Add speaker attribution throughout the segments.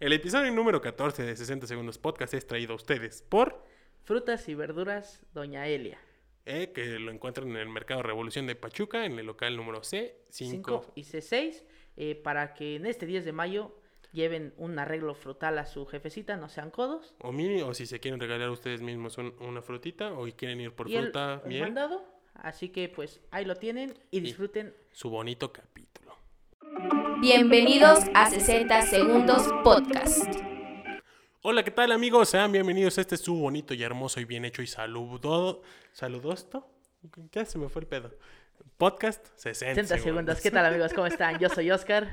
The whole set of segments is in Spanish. Speaker 1: El episodio número 14 de 60 Segundos Podcast es traído a ustedes por...
Speaker 2: Frutas y verduras, Doña Elia.
Speaker 1: eh, que lo encuentran en el Mercado Revolución de Pachuca, en el local número C5.
Speaker 2: 5 y C6, eh, para que en este 10 de mayo lleven un arreglo frutal a su jefecita, no sean codos.
Speaker 1: O mini, o si se quieren regalar ustedes mismos un- una frutita, o quieren ir por
Speaker 2: y el-
Speaker 1: fruta,
Speaker 2: el,
Speaker 1: miel,
Speaker 2: mandado. Así que pues ahí lo tienen y disfruten.
Speaker 1: su bonito capítulo.
Speaker 3: Bienvenidos a 60 Segundos Podcast.
Speaker 1: Hola, ¿qué tal amigos? Sean bienvenidos a este su bonito y hermoso y bien hecho y saludo... ¿Saludosto? Ya se me fue el pedo. Podcast 60,
Speaker 2: 60 segundos. ¿Qué tal amigos? ¿Cómo están? Yo soy Oscar.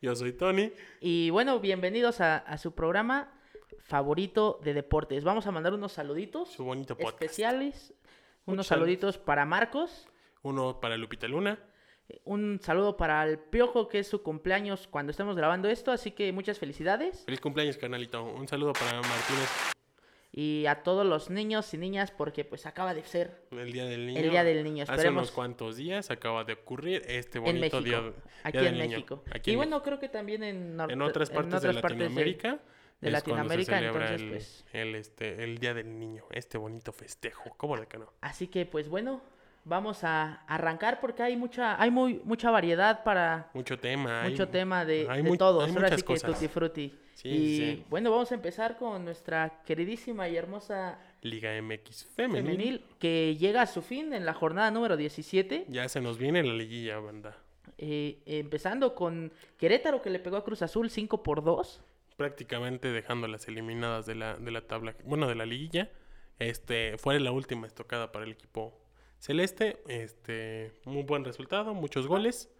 Speaker 1: Yo soy Tony.
Speaker 2: Y bueno, bienvenidos a, a su programa favorito de deportes. Vamos a mandar unos saluditos
Speaker 1: Su bonito podcast.
Speaker 2: especiales. Unos
Speaker 1: Muchos
Speaker 2: saluditos para Marcos.
Speaker 1: Uno para Lupita Luna.
Speaker 2: Eh, Un saludo para el Piojo, que es su cumpleaños cuando estemos grabando esto, así que muchas felicidades.
Speaker 1: Feliz cumpleaños, canalito. Un saludo para Martínez
Speaker 2: Y a todos los niños y niñas, porque pues acaba de ser
Speaker 1: el Día del Niño.
Speaker 2: el Día del Niño.
Speaker 1: Hace
Speaker 2: Esperemos
Speaker 1: unos cuantos días acaba de ocurrir este
Speaker 2: en
Speaker 1: bonito
Speaker 2: México,
Speaker 1: día,
Speaker 2: aquí
Speaker 1: Día del
Speaker 2: en
Speaker 1: Niño.
Speaker 2: México.
Speaker 1: Aquí
Speaker 2: y
Speaker 1: en
Speaker 2: bueno, creo que también en,
Speaker 1: México.
Speaker 2: norte-
Speaker 1: en otras partes
Speaker 2: otras
Speaker 1: de
Speaker 2: partes
Speaker 1: Latinoamérica.
Speaker 2: de
Speaker 1: es cuando se
Speaker 2: Latinoamérica,
Speaker 1: celebra
Speaker 2: entonces,
Speaker 1: el,
Speaker 2: pues.
Speaker 1: el, este, el Día del Niño, este bonito festejo. ¿Cómo de que no?
Speaker 2: Así que pues bueno, vamos a arrancar porque hay mucha, hay muy, mucha variedad para
Speaker 1: Mucho tema. hay-
Speaker 2: mucho tema de,
Speaker 1: hay
Speaker 2: de
Speaker 1: mu-
Speaker 2: todos.
Speaker 1: hay
Speaker 2: Ahora
Speaker 1: muchas
Speaker 2: sí que
Speaker 1: cosas.
Speaker 2: tutti frutti.
Speaker 1: Sí,
Speaker 2: y
Speaker 1: sí.
Speaker 2: bueno, vamos a empezar con nuestra queridísima y hermosa
Speaker 1: Liga MX femenil.
Speaker 2: femenil que llega a su fin en la jornada número 17,
Speaker 1: Ya se nos viene la liguilla, banda.
Speaker 2: eh, empezando con Querétaro que le pegó a Cruz Azul 5 por 2.
Speaker 1: prácticamente dejándolas eliminadas de la, de la tabla, bueno, de la liguilla. Este, fue la última estocada para el equipo celeste. Este, muy buen resultado, muchos goles.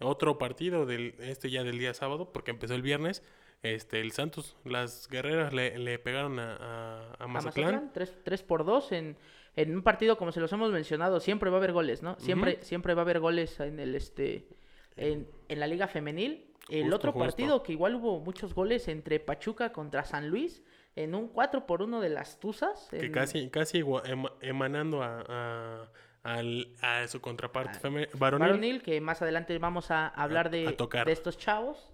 Speaker 1: Otro partido del, este ya del día sábado, porque empezó el viernes. Este, el Santos, las guerreras le, le pegaron a, a- a
Speaker 2: a
Speaker 1: Mazatlán.
Speaker 2: 3, por 2 en, en un partido como se los hemos mencionado, siempre va a haber goles, ¿no? Siempre, siempre va a haber goles en el este en, en la liga femenil. El
Speaker 1: Justo,
Speaker 2: otro
Speaker 1: justo.
Speaker 2: partido que igual hubo muchos goles entre Pachuca contra San Luis en un 4 por 1 de las Tuzas.
Speaker 1: Que
Speaker 2: en-
Speaker 1: casi, casi igua- ema- emanando a, a- al- a su contraparte feme- varonil,
Speaker 2: Varonil, que más adelante vamos a hablar de,
Speaker 1: a tocar.
Speaker 2: de estos chavos,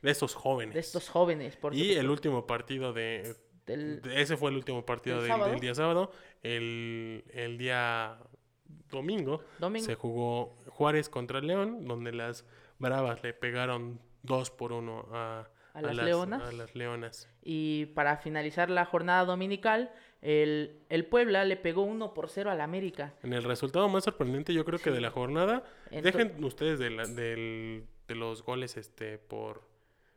Speaker 1: de estos jóvenes.
Speaker 2: de estos jóvenes. Porque
Speaker 1: y
Speaker 2: pues,
Speaker 1: el último partido de,
Speaker 2: del-
Speaker 1: De- Ese fue el último partido
Speaker 2: ¿El
Speaker 1: del,
Speaker 2: sábado?
Speaker 1: del día sábado. El, el día domingo,
Speaker 2: Domingo.
Speaker 1: se jugó Juárez contra León, donde las Bravas le pegaron 2 por 1 a,
Speaker 2: A las Leonas.
Speaker 1: a las Leonas.
Speaker 2: Y para finalizar la jornada dominical, el, el Puebla le pegó 1 por 0 al América.
Speaker 1: En el resultado más sorprendente, yo creo que de la jornada,
Speaker 2: Ento-
Speaker 1: dejen ustedes de, la- del- de los goles este por...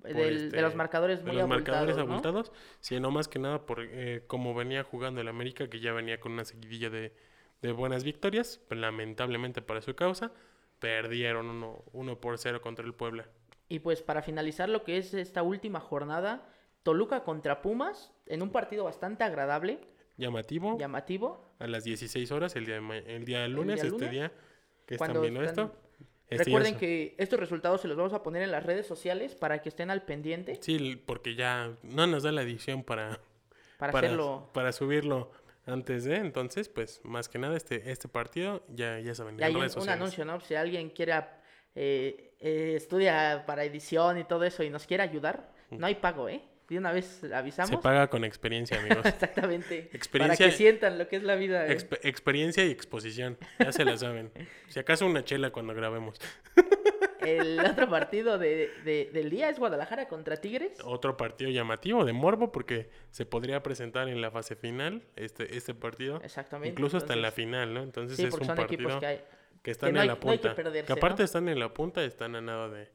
Speaker 1: por,
Speaker 2: Del-
Speaker 1: este,
Speaker 2: de los marcadores
Speaker 1: de
Speaker 2: muy
Speaker 1: los
Speaker 2: abultados,
Speaker 1: marcadores
Speaker 2: ¿no?
Speaker 1: abultados, sino más que nada por eh, como venía jugando el América, que ya venía con una seguidilla de, de buenas victorias, lamentablemente para su causa, perdieron 1 uno, uno por 0 contra el Puebla.
Speaker 2: Y pues para finalizar lo que es esta última jornada, Toluca contra Pumas, en un partido bastante agradable,
Speaker 1: Llamativo,
Speaker 2: llamativo.
Speaker 1: a las 16 horas, el día, de ma- el día del lunes,
Speaker 2: lunes,
Speaker 1: este día que están
Speaker 2: cuando
Speaker 1: viendo
Speaker 2: están-
Speaker 1: esto. este ya
Speaker 2: Recuerden
Speaker 1: es-
Speaker 2: que estos resultados se los vamos a poner en las redes sociales para que estén al pendiente,
Speaker 1: Sí, l- porque ya no nos da la edición para,
Speaker 2: para, hacerlo.
Speaker 1: para subirlo antes de, entonces, pues más que nada este, este partido ya, ya saben,
Speaker 2: Y hay
Speaker 1: en
Speaker 2: un,
Speaker 1: redes
Speaker 2: un
Speaker 1: sociales.
Speaker 2: anuncio, ¿no? Si alguien quiera, eh, eh, estudia para edición y todo eso y nos quiere ayudar, no hay pago, ¿eh? De una vez avisamos.
Speaker 1: Se paga con experiencia, amigos.
Speaker 2: Exactamente.
Speaker 1: Experiencia-
Speaker 2: Para que sientan lo que es la vida. ¿eh?
Speaker 1: Exp- experiencia y exposición, ya se la saben. Si acaso una chela cuando grabemos.
Speaker 2: El otro partido de- de- del día es Guadalajara contra Tigres.
Speaker 1: Otro partido llamativo de Morbo porque se podría presentar en la fase final este, este partido.
Speaker 2: Exactamente.
Speaker 1: Incluso hasta en la
Speaker 2: entonces-
Speaker 1: final, ¿no? Entonces
Speaker 2: Sí,
Speaker 1: es
Speaker 2: porque
Speaker 1: un
Speaker 2: son equipos
Speaker 1: partido
Speaker 2: que
Speaker 1: que,
Speaker 2: hay.
Speaker 1: están
Speaker 2: que no
Speaker 1: en
Speaker 2: hay-
Speaker 1: la
Speaker 2: no hay que
Speaker 1: punta. Que,
Speaker 2: perderse,
Speaker 1: aparte
Speaker 2: ¿no?
Speaker 1: están en la punta, están a nada de,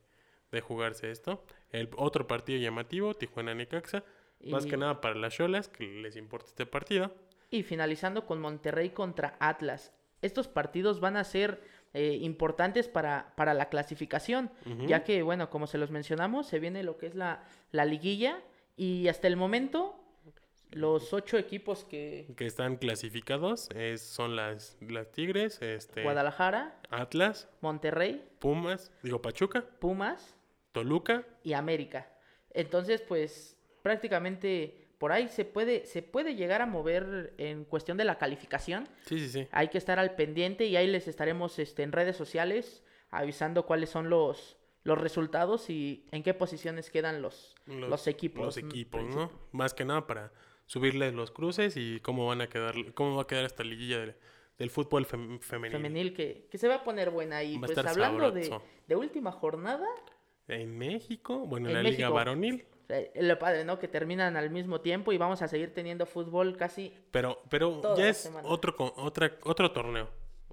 Speaker 1: de jugarse esto. El otro partido llamativo, Tijuana Necaxa. Más
Speaker 2: Y-
Speaker 1: que nada para las Cholas, que les importa este partido.
Speaker 2: Y finalizando con Monterrey contra Atlas. Estos partidos van a ser eh, importantes para, para la clasificación, ya que, bueno, como se los mencionamos, se viene lo que es la, la liguilla y hasta el momento los ocho equipos que...
Speaker 1: Que están clasificados. es- son las, las Tigres, este,
Speaker 2: Guadalajara,
Speaker 1: Atlas,
Speaker 2: Monterrey,
Speaker 1: Pumas, digo Pachuca,
Speaker 2: Pumas
Speaker 1: Toluca,
Speaker 2: y América. Entonces, pues prácticamente por ahí se puede, se puede llegar a mover en cuestión de la calificación.
Speaker 1: sí, sí, sí,
Speaker 2: Hay que estar al pendiente y ahí les estaremos este, en redes sociales avisando cuáles son los, los resultados y en qué posiciones quedan los, los, equipos.
Speaker 1: Los
Speaker 2: ¿no?
Speaker 1: equipos, ¿no?
Speaker 2: Principio.
Speaker 1: Más que nada para subirles los cruces y cómo van a quedar, cómo va a quedar esta liguilla del, del fútbol fem- femenino.
Speaker 2: Femenil que, que se va a poner buena y
Speaker 1: Va a
Speaker 2: pues
Speaker 1: estar
Speaker 2: hablando de,
Speaker 1: sabroso.
Speaker 2: de última jornada,
Speaker 1: En México, bueno, en,
Speaker 2: En
Speaker 1: la Liga
Speaker 2: México.
Speaker 1: Varonil.
Speaker 2: eh, lo padre, ¿no? Que terminan al mismo tiempo y vamos a seguir teniendo fútbol casi
Speaker 1: Pero, pero
Speaker 2: Toda
Speaker 1: ya
Speaker 2: la
Speaker 1: es
Speaker 2: semana.
Speaker 1: otro, co- otra, otro torneo.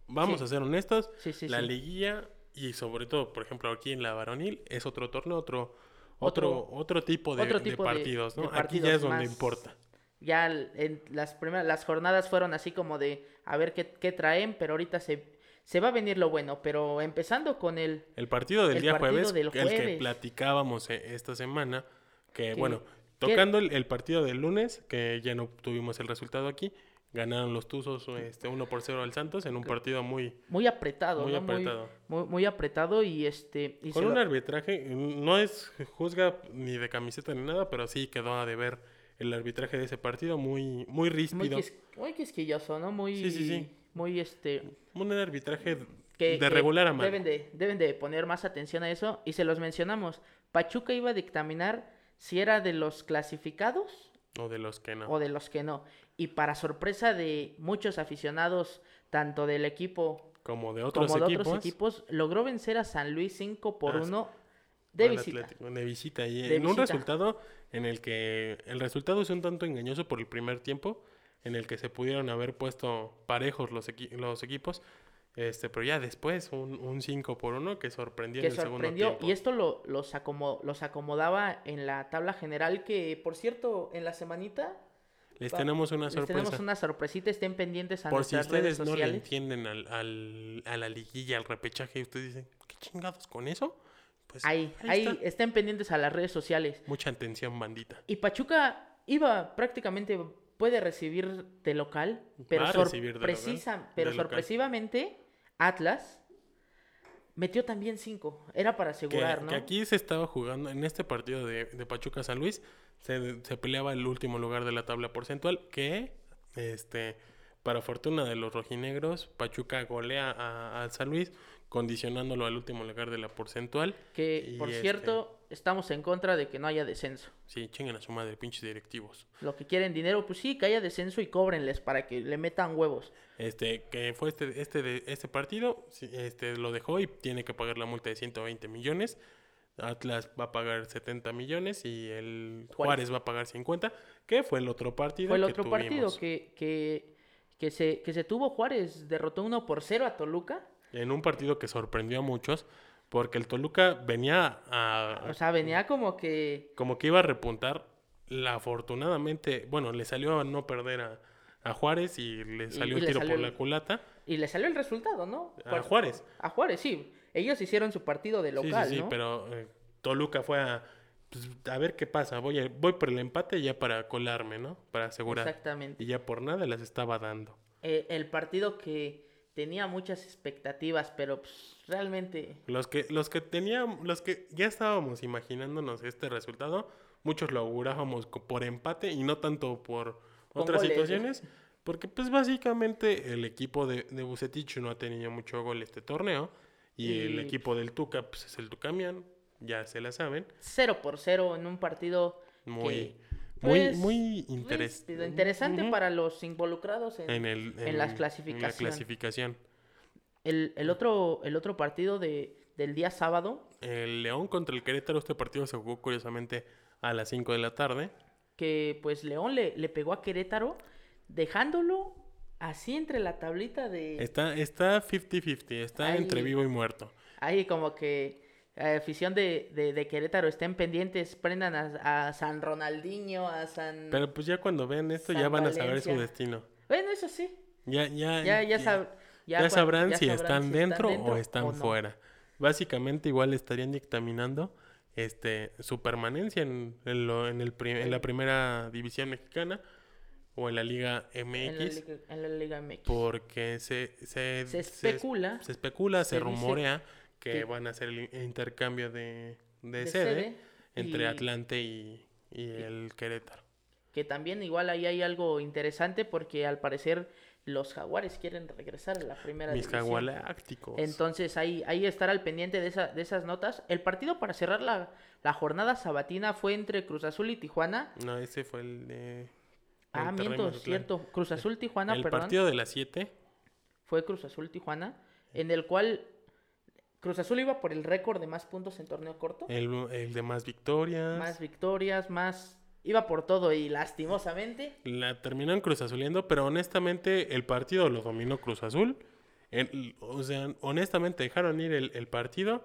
Speaker 1: Vamos
Speaker 2: Sí.
Speaker 1: a ser honestos.
Speaker 2: Sí, sí,
Speaker 1: la
Speaker 2: sí.
Speaker 1: liguilla y sobre todo, por ejemplo, aquí en la varonil es otro torneo, otro, otro,
Speaker 2: Otro-
Speaker 1: otro tipo de,
Speaker 2: otro
Speaker 1: de
Speaker 2: tipo de-
Speaker 1: partidos, ¿no?
Speaker 2: de
Speaker 1: aquí ya
Speaker 2: partidos
Speaker 1: es donde
Speaker 2: más-
Speaker 1: importa.
Speaker 2: ya el- en las primeras las jornadas fueron así como de a ver qué, qué traen, pero ahorita se, se va a venir lo bueno. Pero empezando con el
Speaker 1: El partido del
Speaker 2: El
Speaker 1: día
Speaker 2: partido
Speaker 1: jueves,
Speaker 2: del
Speaker 1: el que
Speaker 2: jueves.
Speaker 1: platicábamos eh, esta semana, que
Speaker 2: Que-
Speaker 1: bueno,
Speaker 2: que-
Speaker 1: tocando el, el partido del lunes, que ya no tuvimos el resultado aquí, ganaron los Tuzos este, 1 por 0 al Santos en un partido muy...
Speaker 2: muy apretado,
Speaker 1: Muy
Speaker 2: ¿no?
Speaker 1: apretado.
Speaker 2: Muy, muy apretado y este y
Speaker 1: Con
Speaker 2: se
Speaker 1: un
Speaker 2: va-
Speaker 1: arbitraje, mm, no es juzga ni de camiseta ni nada, pero sí quedó a deber el arbitraje de ese partido, muy, muy
Speaker 2: muy,
Speaker 1: ríspido.
Speaker 2: quis- muy quisquilloso, ¿no? Muy
Speaker 1: Sí, sí, sí.
Speaker 2: muy este
Speaker 1: Un arbitraje
Speaker 2: Mm, que,
Speaker 1: de
Speaker 2: que
Speaker 1: regular a mal.
Speaker 2: Deben de, deben de poner más atención a eso y se los mencionamos. Pachuca iba a dictaminar si era de los clasificados
Speaker 1: O de los que no.
Speaker 2: o de los que no. Y para sorpresa de muchos aficionados, tanto del equipo
Speaker 1: Como de otros
Speaker 2: como de
Speaker 1: equipos.
Speaker 2: otros equipos, logró vencer a San Luis 5 por
Speaker 1: Ah, sí.
Speaker 2: 1 de
Speaker 1: al
Speaker 2: visita.
Speaker 1: Atlético, de visita. Y
Speaker 2: De
Speaker 1: en un
Speaker 2: visita.
Speaker 1: resultado en el que el resultado es un tanto engañoso por el primer tiempo, en el que se pudieron haber puesto parejos los, equi- los equipos. Este, pero ya después un un 5 por 1 que sorprendió
Speaker 2: Que
Speaker 1: en el
Speaker 2: sorprendió.
Speaker 1: segundo tiempo.
Speaker 2: Y esto lo, los, acomo- los acomodaba en la tabla general que, por cierto, en la semanita
Speaker 1: Les
Speaker 2: va-
Speaker 1: tenemos una
Speaker 2: les
Speaker 1: sorpresa.
Speaker 2: tenemos una sorpresita. Estén pendientes a
Speaker 1: Por si
Speaker 2: nuestras redes
Speaker 1: ustedes no le
Speaker 2: sociales.
Speaker 1: entienden al, al- a la liguilla, al repechaje, y ustedes dicen, ¿qué chingados con eso? Pues
Speaker 2: ahí, ahí,
Speaker 1: está.
Speaker 2: estén pendientes a las redes sociales.
Speaker 1: Mucha atención, bandita.
Speaker 2: Y Pachuca iba prácticamente puede recibir de local, pero,
Speaker 1: Va a
Speaker 2: sor-
Speaker 1: recibir de local,
Speaker 2: precisa-
Speaker 1: de
Speaker 2: pero
Speaker 1: local.
Speaker 2: sorpresivamente Atlas metió también cinco. Era para
Speaker 1: Que,
Speaker 2: asegurar, ¿no?
Speaker 1: que aquí se estaba jugando, en este partido de, de Pachuca San Luis, se, se peleaba el último lugar de la tabla porcentual, que, este, para fortuna de los rojinegros, Pachuca golea a, a San Luis, condicionándolo al último lugar de la porcentual.
Speaker 2: Que,
Speaker 1: Y
Speaker 2: por
Speaker 1: este-
Speaker 2: cierto, estamos en contra de que no haya descenso.
Speaker 1: Sí, chingan a su madre, pinches directivos.
Speaker 2: Lo que quieren dinero, pues sí, que haya descenso y cóbrenles para que le metan huevos.
Speaker 1: Este, que fue este, este, de, este partido, sí, este lo dejó y tiene que pagar la multa de 120 millones. Atlas va a pagar 70 millones y el
Speaker 2: Juárez.
Speaker 1: Juárez va a pagar 50, que fue el otro partido.
Speaker 2: Fue el
Speaker 1: que
Speaker 2: otro partido
Speaker 1: tuvimos.
Speaker 2: que, que, que, se, que se tuvo Juárez. Derrotó uno por cero a Toluca.
Speaker 1: En un partido que sorprendió a muchos, porque el Toluca venía a.
Speaker 2: O sea, venía como que
Speaker 1: como que iba a repuntar. La, afortunadamente, bueno, le salió a no perder a, a Juárez y le
Speaker 2: Y-
Speaker 1: salió
Speaker 2: y
Speaker 1: el
Speaker 2: le
Speaker 1: tiro
Speaker 2: salió
Speaker 1: por
Speaker 2: el-
Speaker 1: la culata.
Speaker 2: Y le salió el resultado, ¿no?
Speaker 1: A
Speaker 2: Por-
Speaker 1: Juárez.
Speaker 2: A Juárez, sí. Ellos hicieron su partido de
Speaker 1: Sí,
Speaker 2: local,
Speaker 1: sí, sí,
Speaker 2: ¿no?
Speaker 1: pero eh, Toluca fue a, pues, a ver qué pasa. Voy, a- voy por el empate ya para colarme, ¿no? Para asegurar.
Speaker 2: Exactamente.
Speaker 1: Y ya por nada las estaba dando.
Speaker 2: Eh, el partido que tenía muchas expectativas, pero pues, realmente
Speaker 1: Los que, los que teníamos, los que ya estábamos imaginándonos este resultado, muchos lo augurábamos co- por empate y no tanto por
Speaker 2: Con
Speaker 1: otras
Speaker 2: goles.
Speaker 1: situaciones. Porque, pues, básicamente el equipo de, de Bucetich no ha tenido mucho gol este torneo. Y, el
Speaker 2: Y-
Speaker 1: equipo del Tuca, pues, es el Tucamián. Ya se la saben.
Speaker 2: cero por cero en un partido
Speaker 1: Muy,
Speaker 2: que,
Speaker 1: muy,
Speaker 2: pues,
Speaker 1: muy
Speaker 2: pues,
Speaker 1: interes-
Speaker 2: interesante
Speaker 1: Ujú.
Speaker 2: para los involucrados en,
Speaker 1: en, el,
Speaker 2: en las
Speaker 1: la
Speaker 2: clasificaciones.
Speaker 1: clasificación.
Speaker 2: el, el otro el otro partido de, del día sábado
Speaker 1: El León contra el Querétaro, este partido se jugó curiosamente a las 5 de la tarde.
Speaker 2: que pues León le, le pegó a Querétaro dejándolo así entre la tablita de
Speaker 1: Está está 50-50, está
Speaker 2: Ay.
Speaker 1: entre vivo y muerto.
Speaker 2: Ahí como que eh, afición de, de, de Querétaro estén pendientes, prendan a, a San Ronaldinho, a San...
Speaker 1: Pero pues ya cuando vean esto
Speaker 2: San
Speaker 1: ya van a saber
Speaker 2: mm, Valencia.
Speaker 1: su destino.
Speaker 2: Bueno, eso sí.
Speaker 1: Ya, ya,
Speaker 2: Ya, ya, sab-
Speaker 1: ya
Speaker 2: cuan-
Speaker 1: sabrán
Speaker 2: ya
Speaker 1: si
Speaker 2: sabrán
Speaker 1: están, dentro o están
Speaker 2: no.
Speaker 1: fuera. Básicamente igual estarían dictaminando este su permanencia en, en lo- en el pri- en la primera división mexicana o en la Liga MX.
Speaker 2: En la, liga, en la Liga MX.
Speaker 1: Porque se, se,
Speaker 2: Se
Speaker 1: se es-
Speaker 2: especula,
Speaker 1: Se, especula, se,
Speaker 2: se dice
Speaker 1: rumorea que,
Speaker 2: que-
Speaker 1: van a hacer el intercambio de, de
Speaker 2: de
Speaker 1: sede
Speaker 2: sede
Speaker 1: entre
Speaker 2: y-
Speaker 1: Atlante y, y el Querétaro.
Speaker 2: que también igual ahí hay algo interesante porque al parecer los jaguares quieren regresar a la primera
Speaker 1: Mis
Speaker 2: división.
Speaker 1: jagualácticos.
Speaker 2: Entonces ahí, ahí estar al pendiente de, esa- de esas notas. El partido para cerrar la, la jornada sabatina fue entre Cruz Azul y Tijuana.
Speaker 1: No, ese fue el de.
Speaker 2: Ah,
Speaker 1: Monterrey,
Speaker 2: miento,
Speaker 1: Mazatlán.
Speaker 2: cierto. Cruz Azul Tijuana,
Speaker 1: el
Speaker 2: perdón.
Speaker 1: partido de las 7.
Speaker 2: Fue Cruz Azul Tijuana, en el cual Cruz Azul iba por el récord de más puntos en torneo corto.
Speaker 1: El, el de Eh, más victorias.
Speaker 2: Más victorias, más... Iba por todo y
Speaker 1: ¿Eh?
Speaker 2: lastimosamente
Speaker 1: La terminaron Cruz Azuliendo, pero honestamente el partido lo dominó Cruz Azul. El- o sea, honestamente dejaron ir el, el partido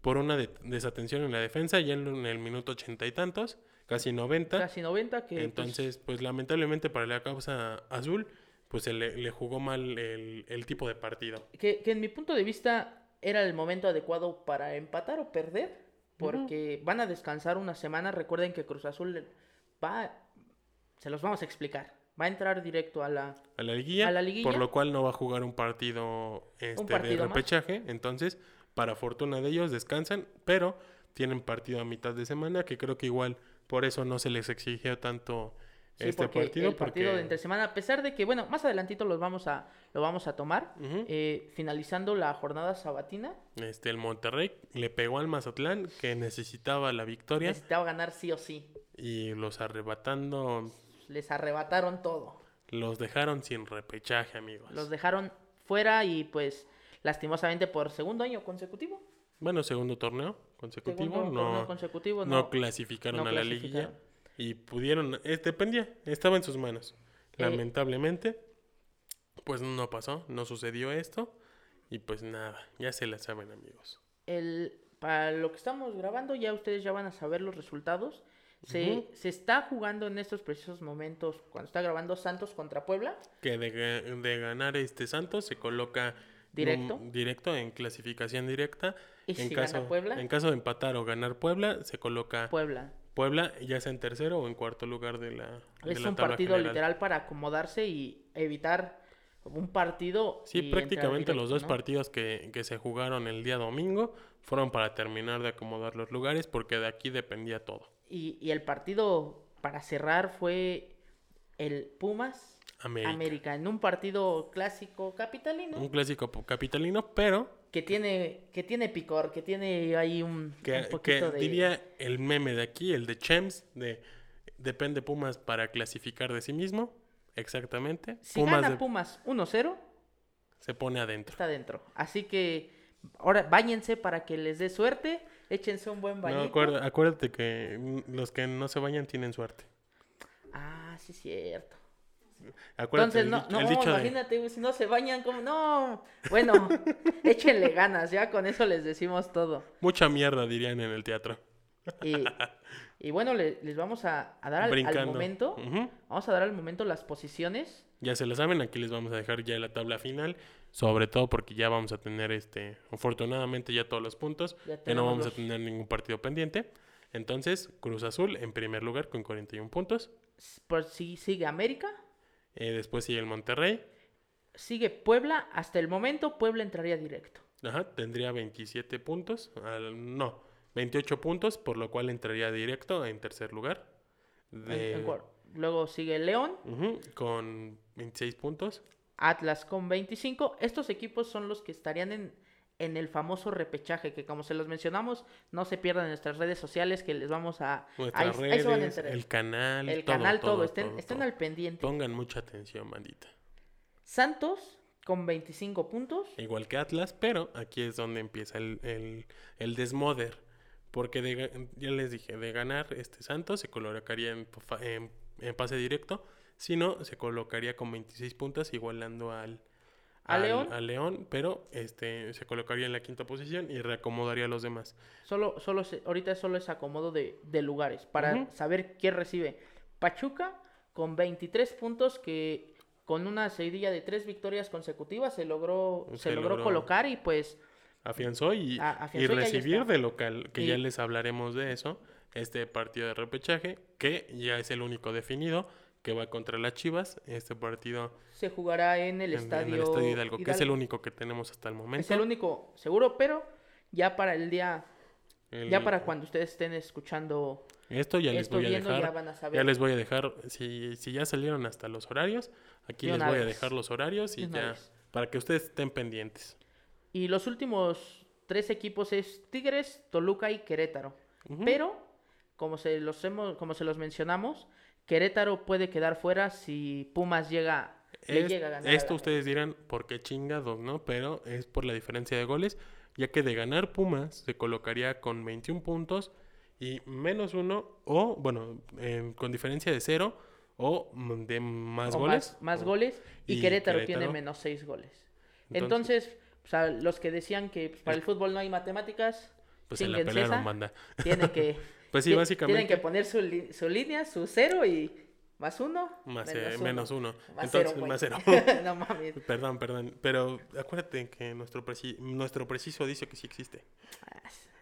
Speaker 1: por una de- desatención en la defensa, ya en, en el minuto ochenta y tantos, casi noventa.
Speaker 2: casi 90 que... pues,
Speaker 1: Entonces, pues, lamentablemente para la causa azul, pues se le, le jugó mal el, el tipo de partido.
Speaker 2: que, que en mi punto de vista era el momento adecuado para empatar o perder, porque van a descansar una semana. Recuerden que Cruz Azul va, se los vamos a explicar, va a entrar directo a la...
Speaker 1: A la liguilla,
Speaker 2: A la liguilla.
Speaker 1: por lo cual no va a jugar un partido, este,
Speaker 2: partido
Speaker 1: de
Speaker 2: más.
Speaker 1: repechaje. Entonces, para fortuna de ellos, descansan, pero tienen partido a mitad de semana, que creo que igual por eso no se les exigió tanto
Speaker 2: sí,
Speaker 1: este
Speaker 2: porque
Speaker 1: partido.
Speaker 2: el partido
Speaker 1: porque-
Speaker 2: de entre semana, a pesar de que, bueno, más adelantito los vamos a, lo vamos a tomar,
Speaker 1: Ujú.
Speaker 2: eh, finalizando la jornada sabatina,
Speaker 1: este, el Monterrey le pegó al Mazatlán, que necesitaba la victoria,
Speaker 2: necesitaba ganar sí o sí,
Speaker 1: y los arrebatando,
Speaker 2: les arrebataron todo.
Speaker 1: los dejaron sin repechaje, amigos.
Speaker 2: Los dejaron fuera y pues lastimosamente por segundo año consecutivo.
Speaker 1: Bueno, segundo torneo consecutivo,
Speaker 2: Segundo
Speaker 1: no,
Speaker 2: torneo consecutivo,
Speaker 1: no
Speaker 2: no.
Speaker 1: clasificaron
Speaker 2: no
Speaker 1: a la
Speaker 2: clasificaron.
Speaker 1: liguilla y pudieron, es- dependía, estaba en sus manos.
Speaker 2: Eh,
Speaker 1: Lamentablemente, pues no pasó, no sucedió esto y pues nada, ya se la saben amigos.
Speaker 2: el, para lo que estamos grabando, ya ustedes ya van a saber los resultados. Se,
Speaker 1: Ujú.
Speaker 2: se está jugando en estos precisos momentos, cuando está grabando Santos contra Puebla,
Speaker 1: Que de, ga- de ganar este Santos se coloca
Speaker 2: Directo.
Speaker 1: mm, directo en clasificación directa.
Speaker 2: ¿Y
Speaker 1: en
Speaker 2: si gana Puebla?
Speaker 1: En caso de empatar o ganar Puebla, se coloca
Speaker 2: Puebla.
Speaker 1: Puebla ya sea en tercero o en cuarto lugar de la... de
Speaker 2: Es
Speaker 1: la
Speaker 2: un
Speaker 1: tabla
Speaker 2: partido
Speaker 1: general.
Speaker 2: literal para acomodarse y evitar un partido. y
Speaker 1: Sí,
Speaker 2: entrar
Speaker 1: prácticamente los
Speaker 2: directo,
Speaker 1: dos
Speaker 2: ¿no?
Speaker 1: partidos que, que se jugaron el día domingo fueron para terminar de acomodar los lugares porque de aquí dependía todo.
Speaker 2: Y, y el partido para cerrar fue el Pumas
Speaker 1: América.
Speaker 2: América, en un partido clásico capitalino
Speaker 1: Un clásico po- capitalino, pero
Speaker 2: que tiene que tiene picor, que tiene ahí un,
Speaker 1: que,
Speaker 2: un
Speaker 1: que
Speaker 2: poquito de
Speaker 1: diría el meme de aquí, el de Chems, de depende Pumas para clasificar de sí mismo. Exactamente.
Speaker 2: Si
Speaker 1: Pumas
Speaker 2: gana
Speaker 1: de-
Speaker 2: Pumas 1-0,
Speaker 1: se pone adentro.
Speaker 2: está dentro. Así que ahora váyanse para que les dé suerte, échense un buen bañito.
Speaker 1: No, acuerda- acuérdate que mm, los que no se bañan tienen suerte.
Speaker 2: Ah, sí cierto.
Speaker 1: Acuérdate
Speaker 2: Entonces, no,
Speaker 1: el, di-
Speaker 2: no,
Speaker 1: el dicho de-
Speaker 2: imagínate, güey, si no se bañan, como, no. Bueno, échenle ganas, ya con eso les decimos todo.
Speaker 1: mucha mierda dirían en el teatro.
Speaker 2: Y, y bueno, le- les vamos a, a dar al- al,
Speaker 1: brincando.
Speaker 2: momento,
Speaker 1: Ujú.
Speaker 2: vamos a dar al momento las posiciones.
Speaker 1: Ya se lo saben, aquí les vamos a dejar ya la tabla final, sobre todo porque ya vamos a tener este, afortunadamente ya todos los puntos,
Speaker 2: Ya
Speaker 1: ya, no
Speaker 2: tenemos
Speaker 1: vamos
Speaker 2: los-
Speaker 1: a tener ningún partido pendiente. Entonces, Cruz Azul en primer lugar con 41 puntos,
Speaker 2: S- Por si sigue América,
Speaker 1: Eh, después sigue el Monterrey,
Speaker 2: sigue Puebla, hasta el momento Puebla entraría directo.
Speaker 1: Ajá, tendría 27 puntos, al- no, 28 puntos, por lo cual entraría directo en tercer lugar.
Speaker 2: En-
Speaker 1: De-
Speaker 2: en cuar- luego sigue León,
Speaker 1: Ujú, con 26 puntos.
Speaker 2: Atlas con 25. Estos equipos son los que estarían en, en el famoso repechaje, que como se los mencionamos, no se pierdan en nuestras redes sociales que les vamos a...
Speaker 1: Nuestras
Speaker 2: ahí- ahí se van a
Speaker 1: redes,
Speaker 2: enterar.
Speaker 1: el canal,
Speaker 2: El
Speaker 1: todo,
Speaker 2: canal, todo, estén,
Speaker 1: todo,
Speaker 2: estén
Speaker 1: todo.
Speaker 2: al pendiente.
Speaker 1: Pongan mucha atención, bandita.
Speaker 2: Santos con 25 puntos.
Speaker 1: Igual que Atlas, pero aquí es donde empieza el, el, el desmoder. Porque de ga- ya les dije, de ganar este Santos se colocaría en, pa- en, en pase directo. Si no, se colocaría con 26 puntos, igualando al,
Speaker 2: ¿A León?
Speaker 1: a León, pero este se colocaría en la quinta posición y reacomodaría a los demás.
Speaker 2: Solo, solo se- ahorita solo es acomodo de, de lugares para
Speaker 1: Ujú.
Speaker 2: saber quién recibe. Pachuca con 23 puntos que con una seguidilla de tres victorias consecutivas se logró, se,
Speaker 1: Se
Speaker 2: logró,
Speaker 1: logró.
Speaker 2: colocar y pues
Speaker 1: Afianzó y,
Speaker 2: A- afianzó
Speaker 1: y
Speaker 2: y ahí
Speaker 1: recibir
Speaker 2: está.
Speaker 1: de local, que
Speaker 2: Y-
Speaker 1: ya les hablaremos de eso, este partido de repechaje, que ya es el único definido, que va contra las Chivas, este partido
Speaker 2: se jugará en el
Speaker 1: en- en
Speaker 2: estadio.
Speaker 1: Hidalgo, que es el
Speaker 2: Hidalgo.
Speaker 1: único que tenemos hasta el momento.
Speaker 2: Es el único seguro, pero ya para el día,
Speaker 1: El-
Speaker 2: ya para cuando ustedes estén escuchando
Speaker 1: Esto ya les
Speaker 2: Esto
Speaker 1: voy a
Speaker 2: viendo
Speaker 1: dejar.
Speaker 2: ya van a saber.
Speaker 1: Ya les voy a dejar, si, si ya salieron hasta los horarios, aquí
Speaker 2: De
Speaker 1: les
Speaker 2: una
Speaker 1: voy a
Speaker 2: vez.
Speaker 1: dejar los horarios
Speaker 2: De
Speaker 1: y
Speaker 2: una
Speaker 1: ya,
Speaker 2: vez.
Speaker 1: para que ustedes estén pendientes.
Speaker 2: Y los últimos tres equipos es Tigres, Toluca y Querétaro. Pero, como se, los hemos, como se los mencionamos, Querétaro puede quedar fuera si Pumas llega, le
Speaker 1: Es-
Speaker 2: llega a ganar. a
Speaker 1: esto
Speaker 2: la-
Speaker 1: ustedes dirán, ¿por qué chingados, no? Pero es por la diferencia de goles, ya que de ganar Pumas se colocaría con 21 puntos y menos uno, o bueno, eh, con diferencia de cero, o mm, de más
Speaker 2: o
Speaker 1: goles.
Speaker 2: Más,
Speaker 1: o-
Speaker 2: goles. Y,
Speaker 1: y
Speaker 2: Querétaro,
Speaker 1: Querétaro.
Speaker 2: tiene menos seis goles.
Speaker 1: Entonces-
Speaker 2: Entonces, o sea, los que decían que pues, para el fútbol no hay matemáticas,
Speaker 1: Pues se
Speaker 2: sin
Speaker 1: la pelaron, manda.
Speaker 2: tienen que,
Speaker 1: Pues sí,
Speaker 2: ti-
Speaker 1: básicamente.
Speaker 2: tienen que poner su, li- su línea, su cero y más uno.
Speaker 1: Más, eh, menos, uno.
Speaker 2: Más
Speaker 1: Entonces,
Speaker 2: cero, güey.
Speaker 1: más cero.
Speaker 2: no mames.
Speaker 1: Perdón, perdón. Pero acuérdate que nuestro, preci- nuestro preciso dice que sí existe.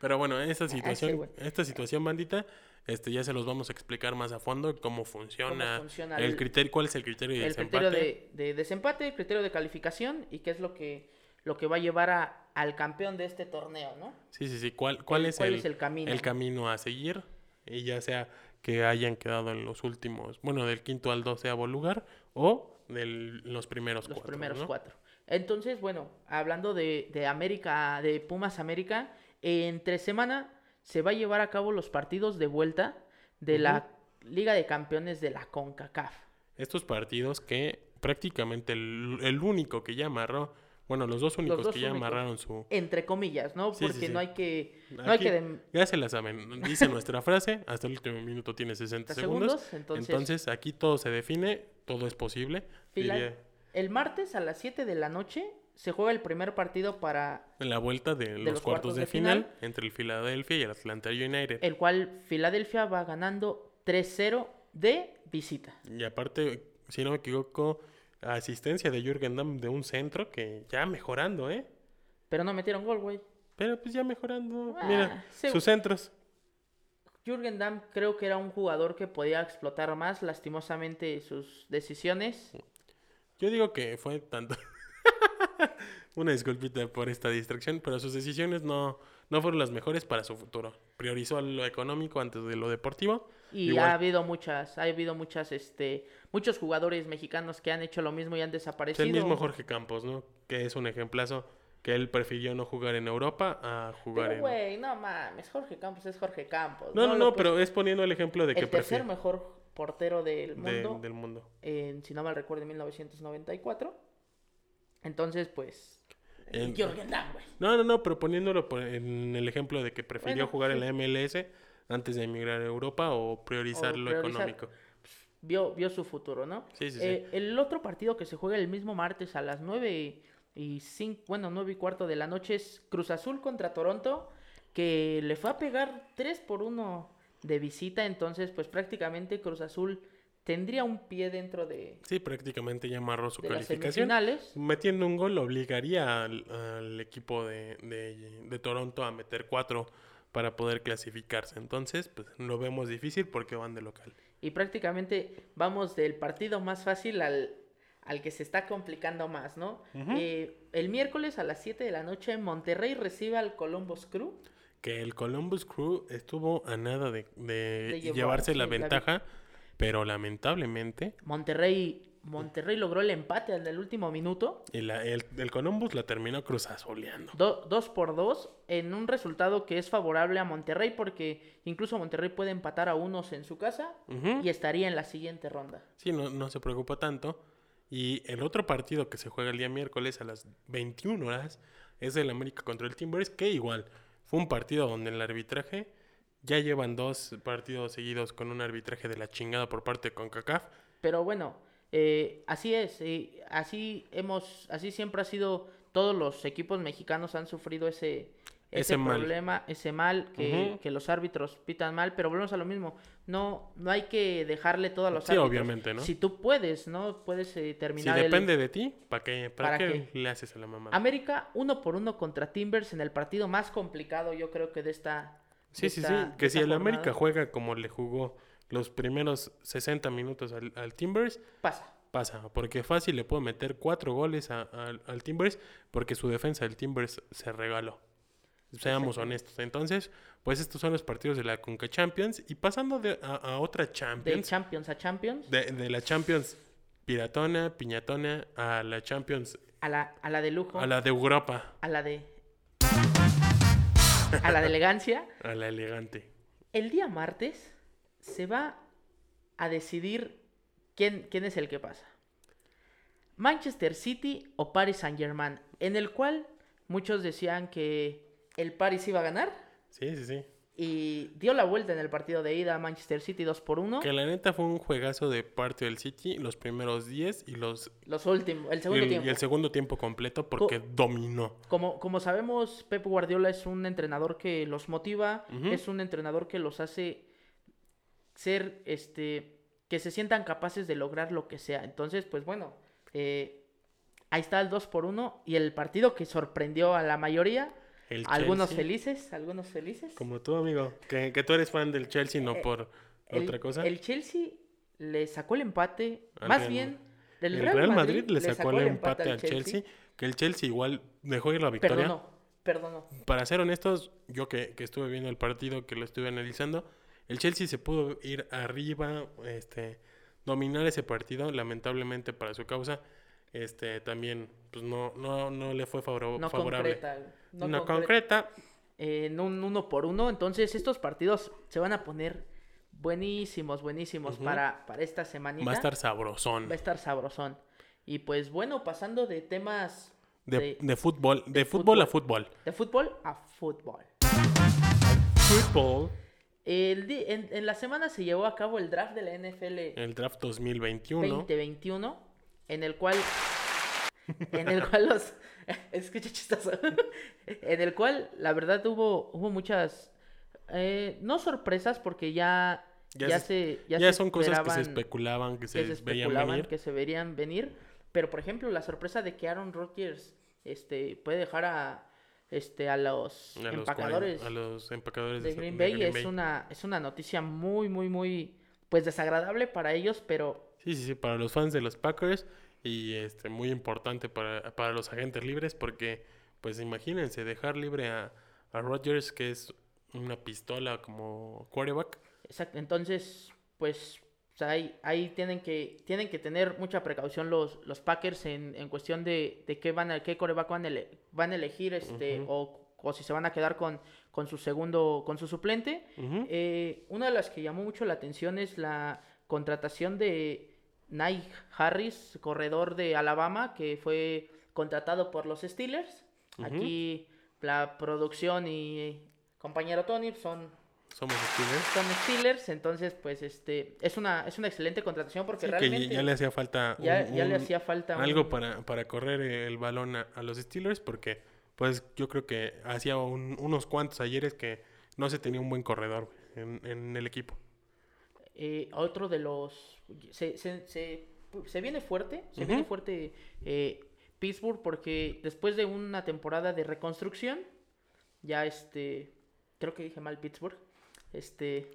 Speaker 1: pero bueno, esta situación,
Speaker 2: Ah, güey.
Speaker 1: esta situación, bandita, este, ya se los vamos a explicar más a fondo cómo funciona,
Speaker 2: funciona
Speaker 1: el,
Speaker 2: el-
Speaker 1: criterio, cuál es el criterio de
Speaker 2: el
Speaker 1: desempate.
Speaker 2: criterio de, de desempate, el criterio de calificación y qué es lo que, lo que va a llevar a- al campeón de este torneo, ¿no?
Speaker 1: Sí, sí, sí. ¿Cuál, cuál,
Speaker 2: el-
Speaker 1: es,
Speaker 2: cuál
Speaker 1: el,
Speaker 2: es el camino?
Speaker 1: el camino a seguir? Y ya sea que hayan quedado en los últimos, bueno, del quinto al doceavo lugar o de los primeros
Speaker 2: Los
Speaker 1: cuatro.
Speaker 2: primeros
Speaker 1: ¿no?
Speaker 2: cuatro. Entonces, bueno, hablando de, de América, de Pumas América, entre semana se va a llevar a cabo los partidos de vuelta de la Liga de Campeones de la CONCACAF.
Speaker 1: estos partidos que prácticamente el, el único que ya amarró, bueno, los dos únicos
Speaker 2: dos
Speaker 1: que ya
Speaker 2: únicos.
Speaker 1: amarraron su...
Speaker 2: Entre comillas, ¿no?
Speaker 1: Sí, sí,
Speaker 2: Porque
Speaker 1: sí.
Speaker 2: no hay que... no hay
Speaker 1: Aquí
Speaker 2: que de-
Speaker 1: Ya se la saben, dice nuestra frase, hasta el último minuto tiene 60 segundos.
Speaker 2: segundos,
Speaker 1: entonces...
Speaker 2: entonces-
Speaker 1: aquí todo se define, todo es posible.
Speaker 2: fila-
Speaker 1: diría,
Speaker 2: El martes a las 7 de la noche se juega el primer partido para
Speaker 1: en la vuelta de, los, cuartos, de, final, entre el Philadelphia y el Atlanta United.
Speaker 2: el cual Filadelfia va ganando 3-0 de visita.
Speaker 1: Y aparte, si no me equivoco, asistencia de Jürgen Damm de un centro que ya mejorando, ¿eh?
Speaker 2: Pero no metieron gol, güey.
Speaker 1: Pero pues ya mejorando.
Speaker 2: Ah,
Speaker 1: Mira,
Speaker 2: sí.
Speaker 1: sus centros.
Speaker 2: Jürgen Damm creo que era un jugador que podía explotar más, lastimosamente sus decisiones.
Speaker 1: Yo digo que fue tanto. Una disculpita por esta distracción, pero sus decisiones no, no fueron las mejores para su futuro. Priorizó lo económico antes de lo deportivo.
Speaker 2: Y
Speaker 1: Igual.
Speaker 2: ha habido muchas, ha habido muchas, este, muchos jugadores mexicanos que han hecho lo mismo y han
Speaker 1: Es
Speaker 2: desaparecido.
Speaker 1: el mismo Jorge Campos, ¿no? Que es un ejemplazo que él prefirió no jugar en Europa a jugar
Speaker 2: Pero,
Speaker 1: en.
Speaker 2: güey, no mames, Jorge Campos es Jorge Campos.
Speaker 1: no, no, no,
Speaker 2: Lo puedes-
Speaker 1: pero es poniendo el ejemplo de que
Speaker 2: El tercer
Speaker 1: prefiere.
Speaker 2: mejor portero del
Speaker 1: de-
Speaker 2: mundo,
Speaker 1: del mundo.
Speaker 2: en, si no mal recuerdo, en 1994. Entonces, pues,
Speaker 1: En-
Speaker 2: Jürgen Damm, güey.
Speaker 1: No, no, no, pero poniéndolo por- en el ejemplo de que prefirió
Speaker 2: Bueno,
Speaker 1: jugar en
Speaker 2: sí.
Speaker 1: la MLS antes de emigrar a Europa o priorizar
Speaker 2: O
Speaker 1: lo
Speaker 2: priorizar.
Speaker 1: económico.
Speaker 2: vio, vio su futuro, ¿no?
Speaker 1: Sí, sí, sí.
Speaker 2: Eh, El otro partido que se juega el mismo martes a las 9 y 5, bueno, 9 y cuarto de la noche es Cruz Azul contra Toronto, que le fue a pegar 3 por 1 de visita, entonces pues prácticamente Cruz Azul tendría un pie dentro de,
Speaker 1: Sí, prácticamente ya amarró su
Speaker 2: de las
Speaker 1: calificación.
Speaker 2: semifinales.
Speaker 1: Metiendo un gol obligaría al, al equipo de, de- de Toronto a meter cuatro para poder clasificarse. Entonces, pues lo vemos difícil porque van de local.
Speaker 2: Y prácticamente vamos del partido más fácil al, al que se está complicando más, ¿no? Eh, el miércoles a las 7 de la noche Monterrey recibe al Columbus Crew.
Speaker 1: Que el Columbus Crew estuvo a nada de, de
Speaker 2: De
Speaker 1: llevarse
Speaker 2: llevarse
Speaker 1: la
Speaker 2: la
Speaker 1: ventaja, pero lamentablemente
Speaker 2: Monterrey, Monterrey logró el empate en el último minuto,
Speaker 1: el, el- el Columbus la terminó cruzazoleando.
Speaker 2: do- dos por dos, en un resultado que es favorable a Monterrey porque incluso Monterrey puede empatar a unos en su casa
Speaker 1: Ujú.
Speaker 2: y estaría en la siguiente ronda.
Speaker 1: Sí, no, no se preocupa tanto. Y el otro partido que se juega el día miércoles a las 21 horas es el América contra el Timbers, que igual fue un partido donde el arbitraje ya llevan dos partidos seguidos con un arbitraje de la chingada por parte de CONCACAF.
Speaker 2: Pero bueno, eh, así es, eh, así hemos, así siempre ha sido, todos los equipos mexicanos han sufrido ese, ese,
Speaker 1: Ese mal.
Speaker 2: problema, ese mal que,
Speaker 1: Ujú.
Speaker 2: que los árbitros pitan mal, pero volvemos a lo mismo, no, no hay que dejarle todo a los
Speaker 1: Sí,
Speaker 2: árbitros.
Speaker 1: obviamente, ¿no?
Speaker 2: Si tú puedes, ¿no? Puedes eh,
Speaker 1: Si
Speaker 2: terminar el-
Speaker 1: depende de ti, ¿para qué, para
Speaker 2: ¿Para
Speaker 1: qué le haces a la mamá?
Speaker 2: América uno por uno contra Timbers en el partido más complicado, yo creo que de esta.
Speaker 1: Sí,
Speaker 2: de
Speaker 1: sí, sí.
Speaker 2: esta- de
Speaker 1: Que si
Speaker 2: esta
Speaker 1: el América
Speaker 2: jornada.
Speaker 1: juega como le jugó los primeros 60 minutos al, al Timbers,
Speaker 2: pasa.
Speaker 1: pasa. Porque fácil le puede meter cuatro goles a- al- al Timbers porque su defensa del Timbers se regaló. Seamos honestos. Entonces, pues estos son los partidos de la Conca Champions. Y pasando de, a, a otra
Speaker 2: De
Speaker 1: Champions,
Speaker 2: Champions a Champions,
Speaker 1: de, de la Champions piratona, piñatona, a la Champions,
Speaker 2: a la, a la de lujo,
Speaker 1: a la de Europa,
Speaker 2: a la de... A la de elegancia.
Speaker 1: a la elegante.
Speaker 2: El día martes se va a decidir quién, quién es el que pasa. Manchester City o Paris Saint Germain, en el cual muchos decían que el Paris iba a ganar
Speaker 1: Sí, sí, sí.
Speaker 2: y dio la vuelta en el partido de ida a Manchester City 2 por 1.
Speaker 1: Que la neta fue un juegazo de parte del City, los primeros 10 y los
Speaker 2: Los últimos, el
Speaker 1: y
Speaker 2: segundo
Speaker 1: el-
Speaker 2: tiempo.
Speaker 1: y el segundo tiempo completo porque dominó.
Speaker 2: Como, como sabemos, Pep Guardiola es un entrenador que los motiva,
Speaker 1: Ujú.
Speaker 2: es un entrenador que los hace ser, este, que se sientan capaces de lograr lo que sea. Entonces, pues bueno, eh, ahí está el 2 por 1 y el partido que sorprendió a la mayoría,
Speaker 1: El
Speaker 2: algunos
Speaker 1: Chelsea,
Speaker 2: felices, algunos felices.
Speaker 1: Como tú, amigo, que, que tú eres fan del Chelsea, no por
Speaker 2: el,
Speaker 1: otra cosa.
Speaker 2: El Chelsea le sacó el empate,
Speaker 1: Al
Speaker 2: más
Speaker 1: Real-
Speaker 2: bien,
Speaker 1: El
Speaker 2: del
Speaker 1: Real, Madrid, le sacó, el empate, al Chelsea,
Speaker 2: Chelsea.
Speaker 1: que el Chelsea igual dejó ir la victoria.
Speaker 2: Perdonó, perdonó.
Speaker 1: Para ser honestos, yo que, que estuve viendo el partido, que lo estuve analizando, el Chelsea se pudo ir arriba, este, dominar ese partido, lamentablemente para su causa, este, también, pues no, no, no le fue favor-
Speaker 2: No
Speaker 1: favorable.
Speaker 2: concreta.
Speaker 1: No,
Speaker 2: concreta.
Speaker 1: concreta.
Speaker 2: en un uno por uno. Entonces, estos partidos se van a poner buenísimos, buenísimos para, para esta semanita.
Speaker 1: va a estar sabrosón.
Speaker 2: Va a estar sabrosón. Y pues bueno, pasando de temas
Speaker 1: De,
Speaker 2: de,
Speaker 1: de fútbol, de, fútbol, a fútbol.
Speaker 2: de fútbol a fútbol.
Speaker 1: Fútbol.
Speaker 2: El di- en, en la semana se llevó a cabo el draft de la NFL
Speaker 1: El draft 2021.
Speaker 2: 2021, en el cual. En el cual los. Escucha chistoso. En el cual, la verdad, hubo, hubo muchas. eh, no sorpresas, porque ya.
Speaker 1: Ya
Speaker 2: Ya, se.
Speaker 1: Ya,
Speaker 2: se
Speaker 1: son cosas que se
Speaker 2: esperaban-
Speaker 1: especulaban, que se,
Speaker 2: que se
Speaker 1: veían
Speaker 2: especulaban
Speaker 1: venir.
Speaker 2: que se verían venir. Pero por ejemplo, la sorpresa de que Aaron Rodgers este, puede dejar a, este, a los
Speaker 1: A los
Speaker 2: empacadores
Speaker 1: cuaren- a los empacadores
Speaker 2: de Green Bay es una es una noticia muy muy muy pues desagradable para ellos, pero
Speaker 1: Sí, sí, sí, para los fans de los Packers y este muy importante para, para los agentes libres porque, pues imagínense, dejar libre a, a Rodgers, que es una pistola como quarterback.
Speaker 2: exacto, entonces pues o sea, ahí, ahí tienen que tienen que tener mucha precaución los, los Packers en, en cuestión de, de qué van a qué coreback van a, ele- van a elegir este
Speaker 1: Ujú.
Speaker 2: o, o si se van a quedar con, con su segundo con su suplente.
Speaker 1: Ujú.
Speaker 2: Eh, una de las que llamó mucho la atención es la contratación de Nike Harris, corredor de Alabama, que fue contratado por los Steelers.
Speaker 1: Ujú.
Speaker 2: Aquí la producción y eh, compañero Tony son,
Speaker 1: Somos Steelers.
Speaker 2: son Steelers, entonces pues este es una, es una excelente contratación porque
Speaker 1: Sí,
Speaker 2: realmente
Speaker 1: que ya le hacía falta
Speaker 2: ya-
Speaker 1: un-
Speaker 2: ya le
Speaker 1: un-
Speaker 2: hacía falta un-
Speaker 1: algo para, para correr el balón a, a los Steelers porque pues yo creo que hacía un- unos cuantos ayeres que no se tenía un buen corredor en, en el equipo.
Speaker 2: eh, otro de los se, se, se, se viene fuerte, se viene
Speaker 1: Ujú.
Speaker 2: fuerte eh, Pittsburgh porque después de una temporada de reconstrucción, ya este, creo que dije mal Pittsburgh, este,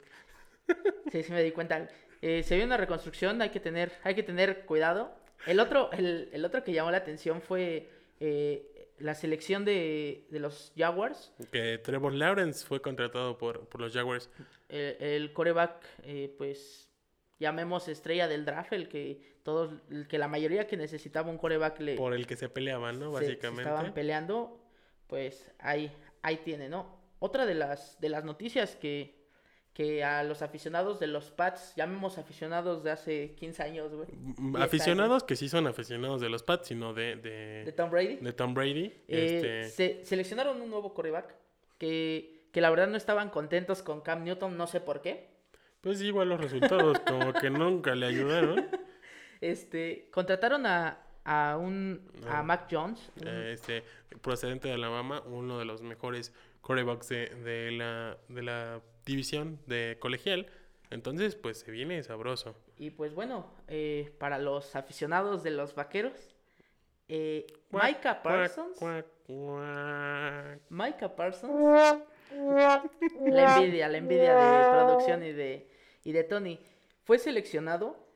Speaker 2: sí, sí me di cuenta, Eh, se viene una reconstrucción, hay que tener, hay que tener cuidado. El otro, el, el otro que llamó la atención fue eh, la selección de, de los Jaguars,
Speaker 1: Que Trevor Lawrence fue contratado por, por los Jaguars.
Speaker 2: eh, el coreback, eh, pues llamemos estrella del draft, el que todos, el que la mayoría que necesitaba un coreback le
Speaker 1: por el que se peleaban, ¿no?
Speaker 2: se- se estaban
Speaker 1: Básicamente.
Speaker 2: peleando, pues ahí, ahí tiene, ¿no? Otra de las, de las noticias que, que a los aficionados de los Pats, llamemos aficionados de hace 15 años, güey,
Speaker 1: Mm,
Speaker 2: Y
Speaker 1: aficionados que sí son aficionados de los Pats, sino de,
Speaker 2: de
Speaker 1: de,
Speaker 2: Tom Brady,
Speaker 1: de Tom Brady. este,
Speaker 2: eh, se, seleccionaron un nuevo coreback que, que la verdad no estaban contentos con Cam Newton, no sé por qué.
Speaker 1: Pues igual los resultados, como que nunca le ayudaron.
Speaker 2: Este, contrataron a, a un a
Speaker 1: Ah.
Speaker 2: Mac Jones, un-
Speaker 1: Eh, este, procedente de Alabama, uno de los mejores corebacks de, de la, de la división de colegial. Entonces, pues se viene sabroso.
Speaker 2: y pues bueno, eh, para los aficionados de los vaqueros, eh,
Speaker 1: Cuac, cuac,
Speaker 2: Micah Parsons,
Speaker 1: cuac, cuac.
Speaker 2: Micah Parsons, la envidia, la envidia de producción y de, y de Tony, fue seleccionado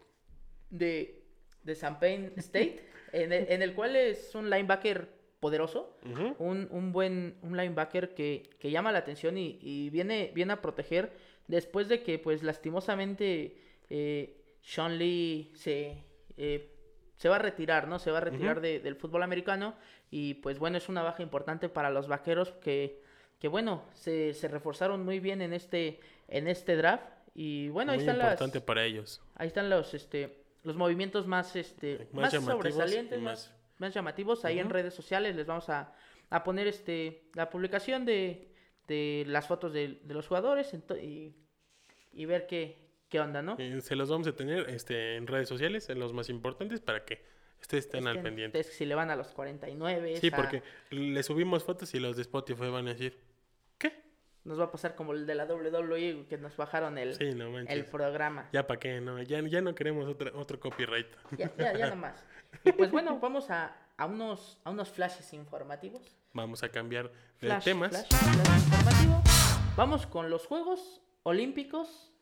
Speaker 2: de, de Champaign State, en el, en el cual es un linebacker poderoso,
Speaker 1: Ujú.
Speaker 2: un, un buen un linebacker que, que llama la atención y, y viene, viene a proteger después de que, pues, lastimosamente eh, Sean Lee se, eh, se va a retirar, ¿no? Se va a retirar de- del fútbol americano y, pues, bueno, es una baja importante para los vaqueros que, que bueno, se, se reforzaron muy bien en este, en este draft y, bueno, ahí
Speaker 1: Muy
Speaker 2: están las...
Speaker 1: importante para ellos.
Speaker 2: Ahí están los este los movimientos más este
Speaker 1: Más
Speaker 2: más,
Speaker 1: llamativos
Speaker 2: sobresalientes,
Speaker 1: y
Speaker 2: más,
Speaker 1: más-
Speaker 2: más llamativos. Ahí en
Speaker 1: Ujú.
Speaker 2: redes sociales les vamos a, a poner este la publicación de, de las fotos de, de los jugadores ento- y, y ver qué, qué onda, ¿no?
Speaker 1: Eh, se los vamos a tener este, en redes sociales, en los más importantes, para que ustedes estén al
Speaker 2: Estén-
Speaker 1: pendiente.
Speaker 2: es que si le van a los 49,
Speaker 1: Sí,
Speaker 2: a-
Speaker 1: porque le subimos fotos y los de Spotify van a decir, ¿qué?
Speaker 2: nos va a pasar como el de la WWE que nos bajaron el,
Speaker 1: Sí, no manches.
Speaker 2: el programa.
Speaker 1: Ya para qué, no, ya, ya no queremos otra- otro copyright.
Speaker 2: Ya, ya, ya nomás. Y pues bueno, vamos a, a unos a unos flashes informativos.
Speaker 1: Vamos a cambiar de
Speaker 2: Flash,
Speaker 1: temas.
Speaker 2: flash, flash informativo. Vamos con los Juegos Olímpicos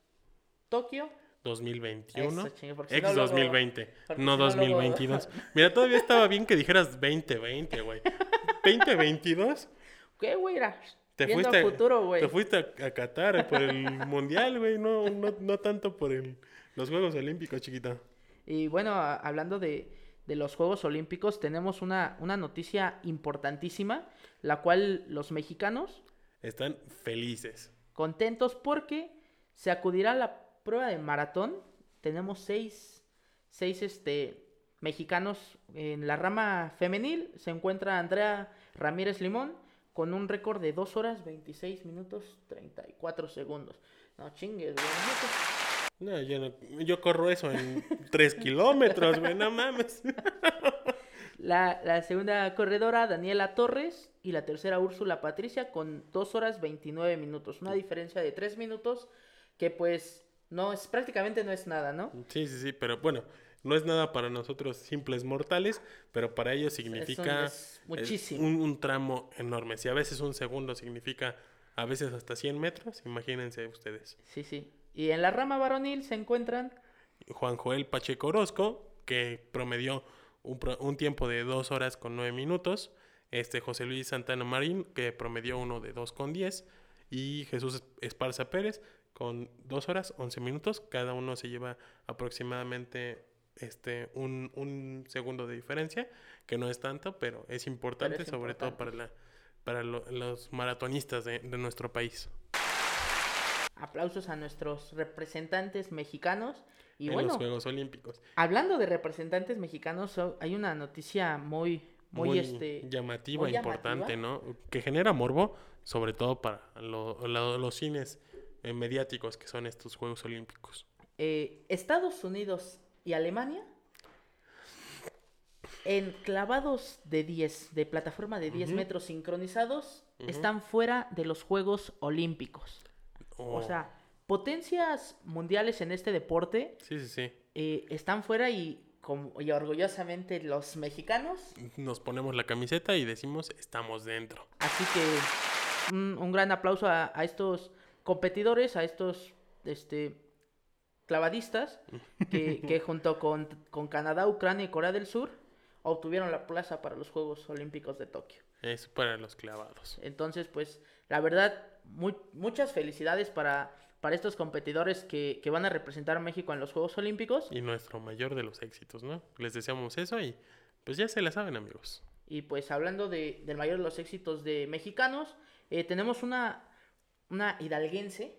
Speaker 2: Tokio.
Speaker 1: 2021.
Speaker 2: Eso, chingue, porque si
Speaker 1: ex
Speaker 2: no, luego-
Speaker 1: 2020,
Speaker 2: porque
Speaker 1: no
Speaker 2: si no, luego-
Speaker 1: 2022. Mira, todavía estaba bien que dijeras 2020, güey. 2022,
Speaker 2: ¿Qué, güey? Era
Speaker 1: te
Speaker 2: viendo
Speaker 1: fuiste,
Speaker 2: a futuro, güey.
Speaker 1: te fuiste a, a Qatar por el mundial, güey, no, no, no tanto por el, los Juegos Olímpicos, chiquita.
Speaker 2: Y bueno, a- hablando de, de los Juegos Olímpicos, tenemos una, una noticia importantísima, la cual los mexicanos
Speaker 1: Están felices.
Speaker 2: contentos porque se acudirá a la prueba de maratón. Tenemos seis, seis este, mexicanos en la rama femenil. Se encuentra Andrea Ramírez Limón con un récord de 2 horas 26 minutos 34 segundos. No chingues, güey. neta.
Speaker 1: No, yo, no- yo corro eso en 3 kilómetros, güey, no mames.
Speaker 2: La, la segunda corredora, Daniela Torres, y la tercera, Úrsula Patricia, con 2 horas 29 minutos. Una diferencia de 3 minutos que pues no es prácticamente no es nada, ¿no?
Speaker 1: Sí, sí, sí, pero bueno, no es nada para nosotros simples mortales, pero para ellos significa
Speaker 2: es
Speaker 1: eh,
Speaker 2: muchísimo.
Speaker 1: Un, un tramo enorme. Si a veces un segundo significa a veces hasta 100 metros, imagínense ustedes.
Speaker 2: Sí, sí. Y en la rama varonil se encuentran
Speaker 1: Juan Joel Pacheco Orozco, que promedió un, pro- un tiempo de 2 horas con 9 minutos. Este José Luis Santana Marín, que promedió uno de 2 con 10. Y Jesús Esparza Pérez, con 2 horas 11 minutos. Cada uno se lleva aproximadamente este, un, un segundo de diferencia, que no es tanto, pero es importante, sobre todo para, la, para lo- los maratonistas de- de nuestro país.
Speaker 2: aplausos a nuestros representantes mexicanos. Y
Speaker 1: en los
Speaker 2: bueno,
Speaker 1: Juegos Olímpicos.
Speaker 2: hablando de representantes mexicanos, so- hay una noticia muy, muy, este,
Speaker 1: llamativa,
Speaker 2: muy
Speaker 1: importante,
Speaker 2: llamativa.
Speaker 1: ¿no? Que genera morbo, sobre todo para lo- lo- los cines eh, mediáticos que son estos Juegos Olímpicos.
Speaker 2: eh, Estados Unidos y Alemania en clavados de 10, de plataforma de 10
Speaker 1: Ujú.
Speaker 2: metros sincronizados,
Speaker 1: Ujú.
Speaker 2: están fuera de los Juegos Olímpicos.
Speaker 1: Oh,
Speaker 2: O sea, potencias mundiales en este deporte
Speaker 1: sí, sí, sí.
Speaker 2: eh, están fuera y, como, y orgullosamente los mexicanos.
Speaker 1: Nos ponemos la camiseta y decimos, estamos dentro.
Speaker 2: Así que un, un gran aplauso a, a estos competidores, a estos este, clavadistas, que, que junto con, con Canadá, Ucrania y Corea del Sur obtuvieron la plaza para los Juegos Olímpicos de Tokio.
Speaker 1: Es para los clavados.
Speaker 2: Entonces, pues, la verdad, mu- muchas felicidades para, para estos competidores que, que van a representar a México en los Juegos Olímpicos.
Speaker 1: Y nuestro mayor de los éxitos, ¿no? Les deseamos eso y pues ya se la saben, amigos.
Speaker 2: Y pues hablando de, del mayor de los éxitos de mexicanos, eh, tenemos una, una hidalguense,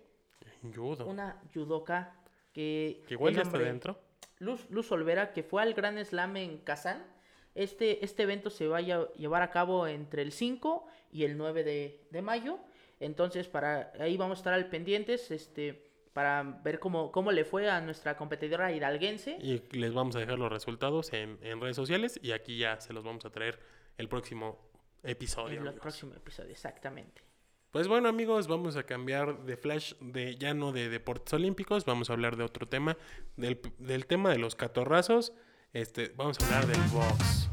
Speaker 1: Judo.
Speaker 2: una judoka que...
Speaker 1: Que igual
Speaker 2: el
Speaker 1: ya está
Speaker 2: nombre,
Speaker 1: dentro.
Speaker 2: Luz, Luz Olvera, que fue al Gran Slam en Kazán. Este, este evento se va a lle- llevar a cabo entre el 5 y el 9 de, de mayo. Entonces, para ahí vamos a estar al pendientes este, para ver cómo, cómo le fue a nuestra competidora hidalguense.
Speaker 1: Y les vamos a dejar los resultados en, en redes sociales y aquí ya se los vamos a traer el próximo episodio.
Speaker 2: en el
Speaker 1: amigos.
Speaker 2: próximo episodio, exactamente.
Speaker 1: Pues bueno amigos, vamos a cambiar de flash de ya no de deportes olímpicos, vamos a hablar de otro tema, del, del tema de los catorrazos, este, vamos a hablar del box,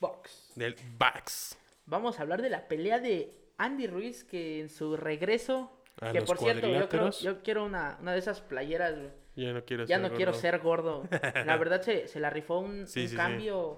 Speaker 2: Box.
Speaker 1: del box.
Speaker 2: Vamos a hablar de la pelea de Andy Ruiz que en su regreso.
Speaker 1: A
Speaker 2: que
Speaker 1: los
Speaker 2: por cierto, yo, creo,
Speaker 1: cuadriláteros.
Speaker 2: yo quiero una, una de esas playeras. güey.
Speaker 1: Ya no quiero
Speaker 2: Ya no quiero
Speaker 1: gordo.
Speaker 2: ser gordo. La verdad se, se la rifó un,
Speaker 1: Sí,
Speaker 2: un
Speaker 1: sí, sí.
Speaker 2: cambio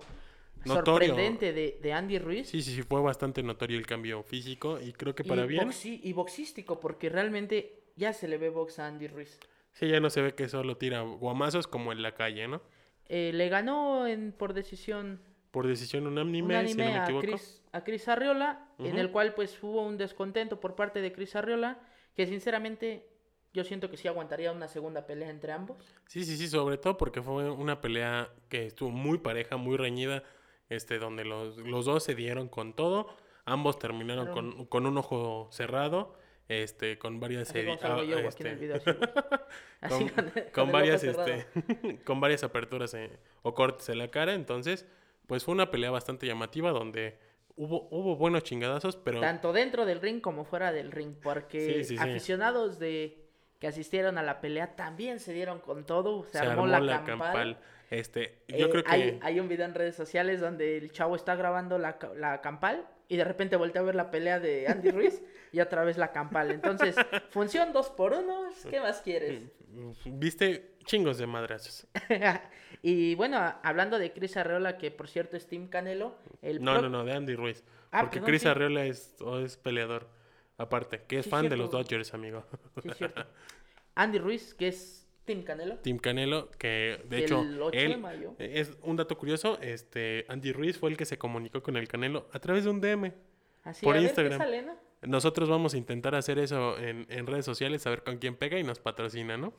Speaker 1: Notorio.
Speaker 2: sorprendente de, de Andy Ruiz.
Speaker 1: Sí, sí, sí, fue bastante notorio el cambio físico y creo que
Speaker 2: y
Speaker 1: para bien.
Speaker 2: boxi- y boxístico, porque realmente ya se le ve box a Andy Ruiz.
Speaker 1: Sí, ya no se ve que solo tira guamazos como en la calle, ¿no?
Speaker 2: Eh, le ganó en, por decisión
Speaker 1: Por decisión unánime,
Speaker 2: unánime
Speaker 1: si no me
Speaker 2: a,
Speaker 1: equivoco.
Speaker 2: Chris, a Chris Arriola, en
Speaker 1: Ujú.
Speaker 2: el cual pues hubo un descontento por parte de Chris Arriola, que sinceramente yo siento que sí aguantaría una segunda pelea entre ambos.
Speaker 1: Sí, sí, sí, sobre todo porque fue una pelea que estuvo muy pareja, muy reñida, este, donde los, los dos se dieron con todo, ambos terminaron
Speaker 2: Claro.
Speaker 1: con, con un ojo cerrado, este, con varias
Speaker 2: Así como
Speaker 1: hedi-
Speaker 2: salgo
Speaker 1: ah,
Speaker 2: yo aquí
Speaker 1: este,
Speaker 2: en el video. así,
Speaker 1: con,
Speaker 2: güey. Así con-
Speaker 1: con
Speaker 2: con el
Speaker 1: varias,
Speaker 2: ojo cerrado.
Speaker 1: este, con varias aperturas eh, o cortes en la cara, entonces, pues fue una pelea bastante llamativa donde hubo, hubo buenos chingadazos, pero
Speaker 2: Tanto dentro del ring como fuera del ring, porque
Speaker 1: Sí, sí, sí.
Speaker 2: aficionados de que asistieron a la pelea también se dieron con todo, se, armó, la, campal.
Speaker 1: Este, yo
Speaker 2: Eh,
Speaker 1: creo que
Speaker 2: hay, hay un video en redes sociales donde el chavo está grabando la, ca- la campal y de repente voltea a ver la pelea de Andy Ruiz y otra vez la campal. Entonces, función dos por uno, ¿qué más quieres?
Speaker 1: Mm. viste chingos de madrazos.
Speaker 2: y bueno, a- hablando de Chris Arreola, que por cierto es Team Canelo, el
Speaker 1: No,
Speaker 2: pro-
Speaker 1: no, no, de Andy Ruiz.
Speaker 2: Ah,
Speaker 1: porque
Speaker 2: perdón,
Speaker 1: Chris
Speaker 2: sí.
Speaker 1: Arreola es, o es peleador. Aparte, que es
Speaker 2: Sí,
Speaker 1: fan de los
Speaker 2: cierto.
Speaker 1: Dodgers, amigo.
Speaker 2: Sí, es cierto. Andy Ruiz, que es Team Canelo.
Speaker 1: Tim Canelo, que de
Speaker 2: Del
Speaker 1: hecho,
Speaker 2: 8 de
Speaker 1: él
Speaker 2: mayo.
Speaker 1: es un dato curioso, este Andy Ruiz fue el que se comunicó con el Canelo a través de un DM.
Speaker 2: Así,
Speaker 1: Por
Speaker 2: a ver qué
Speaker 1: Instagram.
Speaker 2: sale, ¿no?
Speaker 1: Nosotros vamos a intentar hacer eso en, en redes sociales, a ver con quién pega y nos patrocina, ¿no?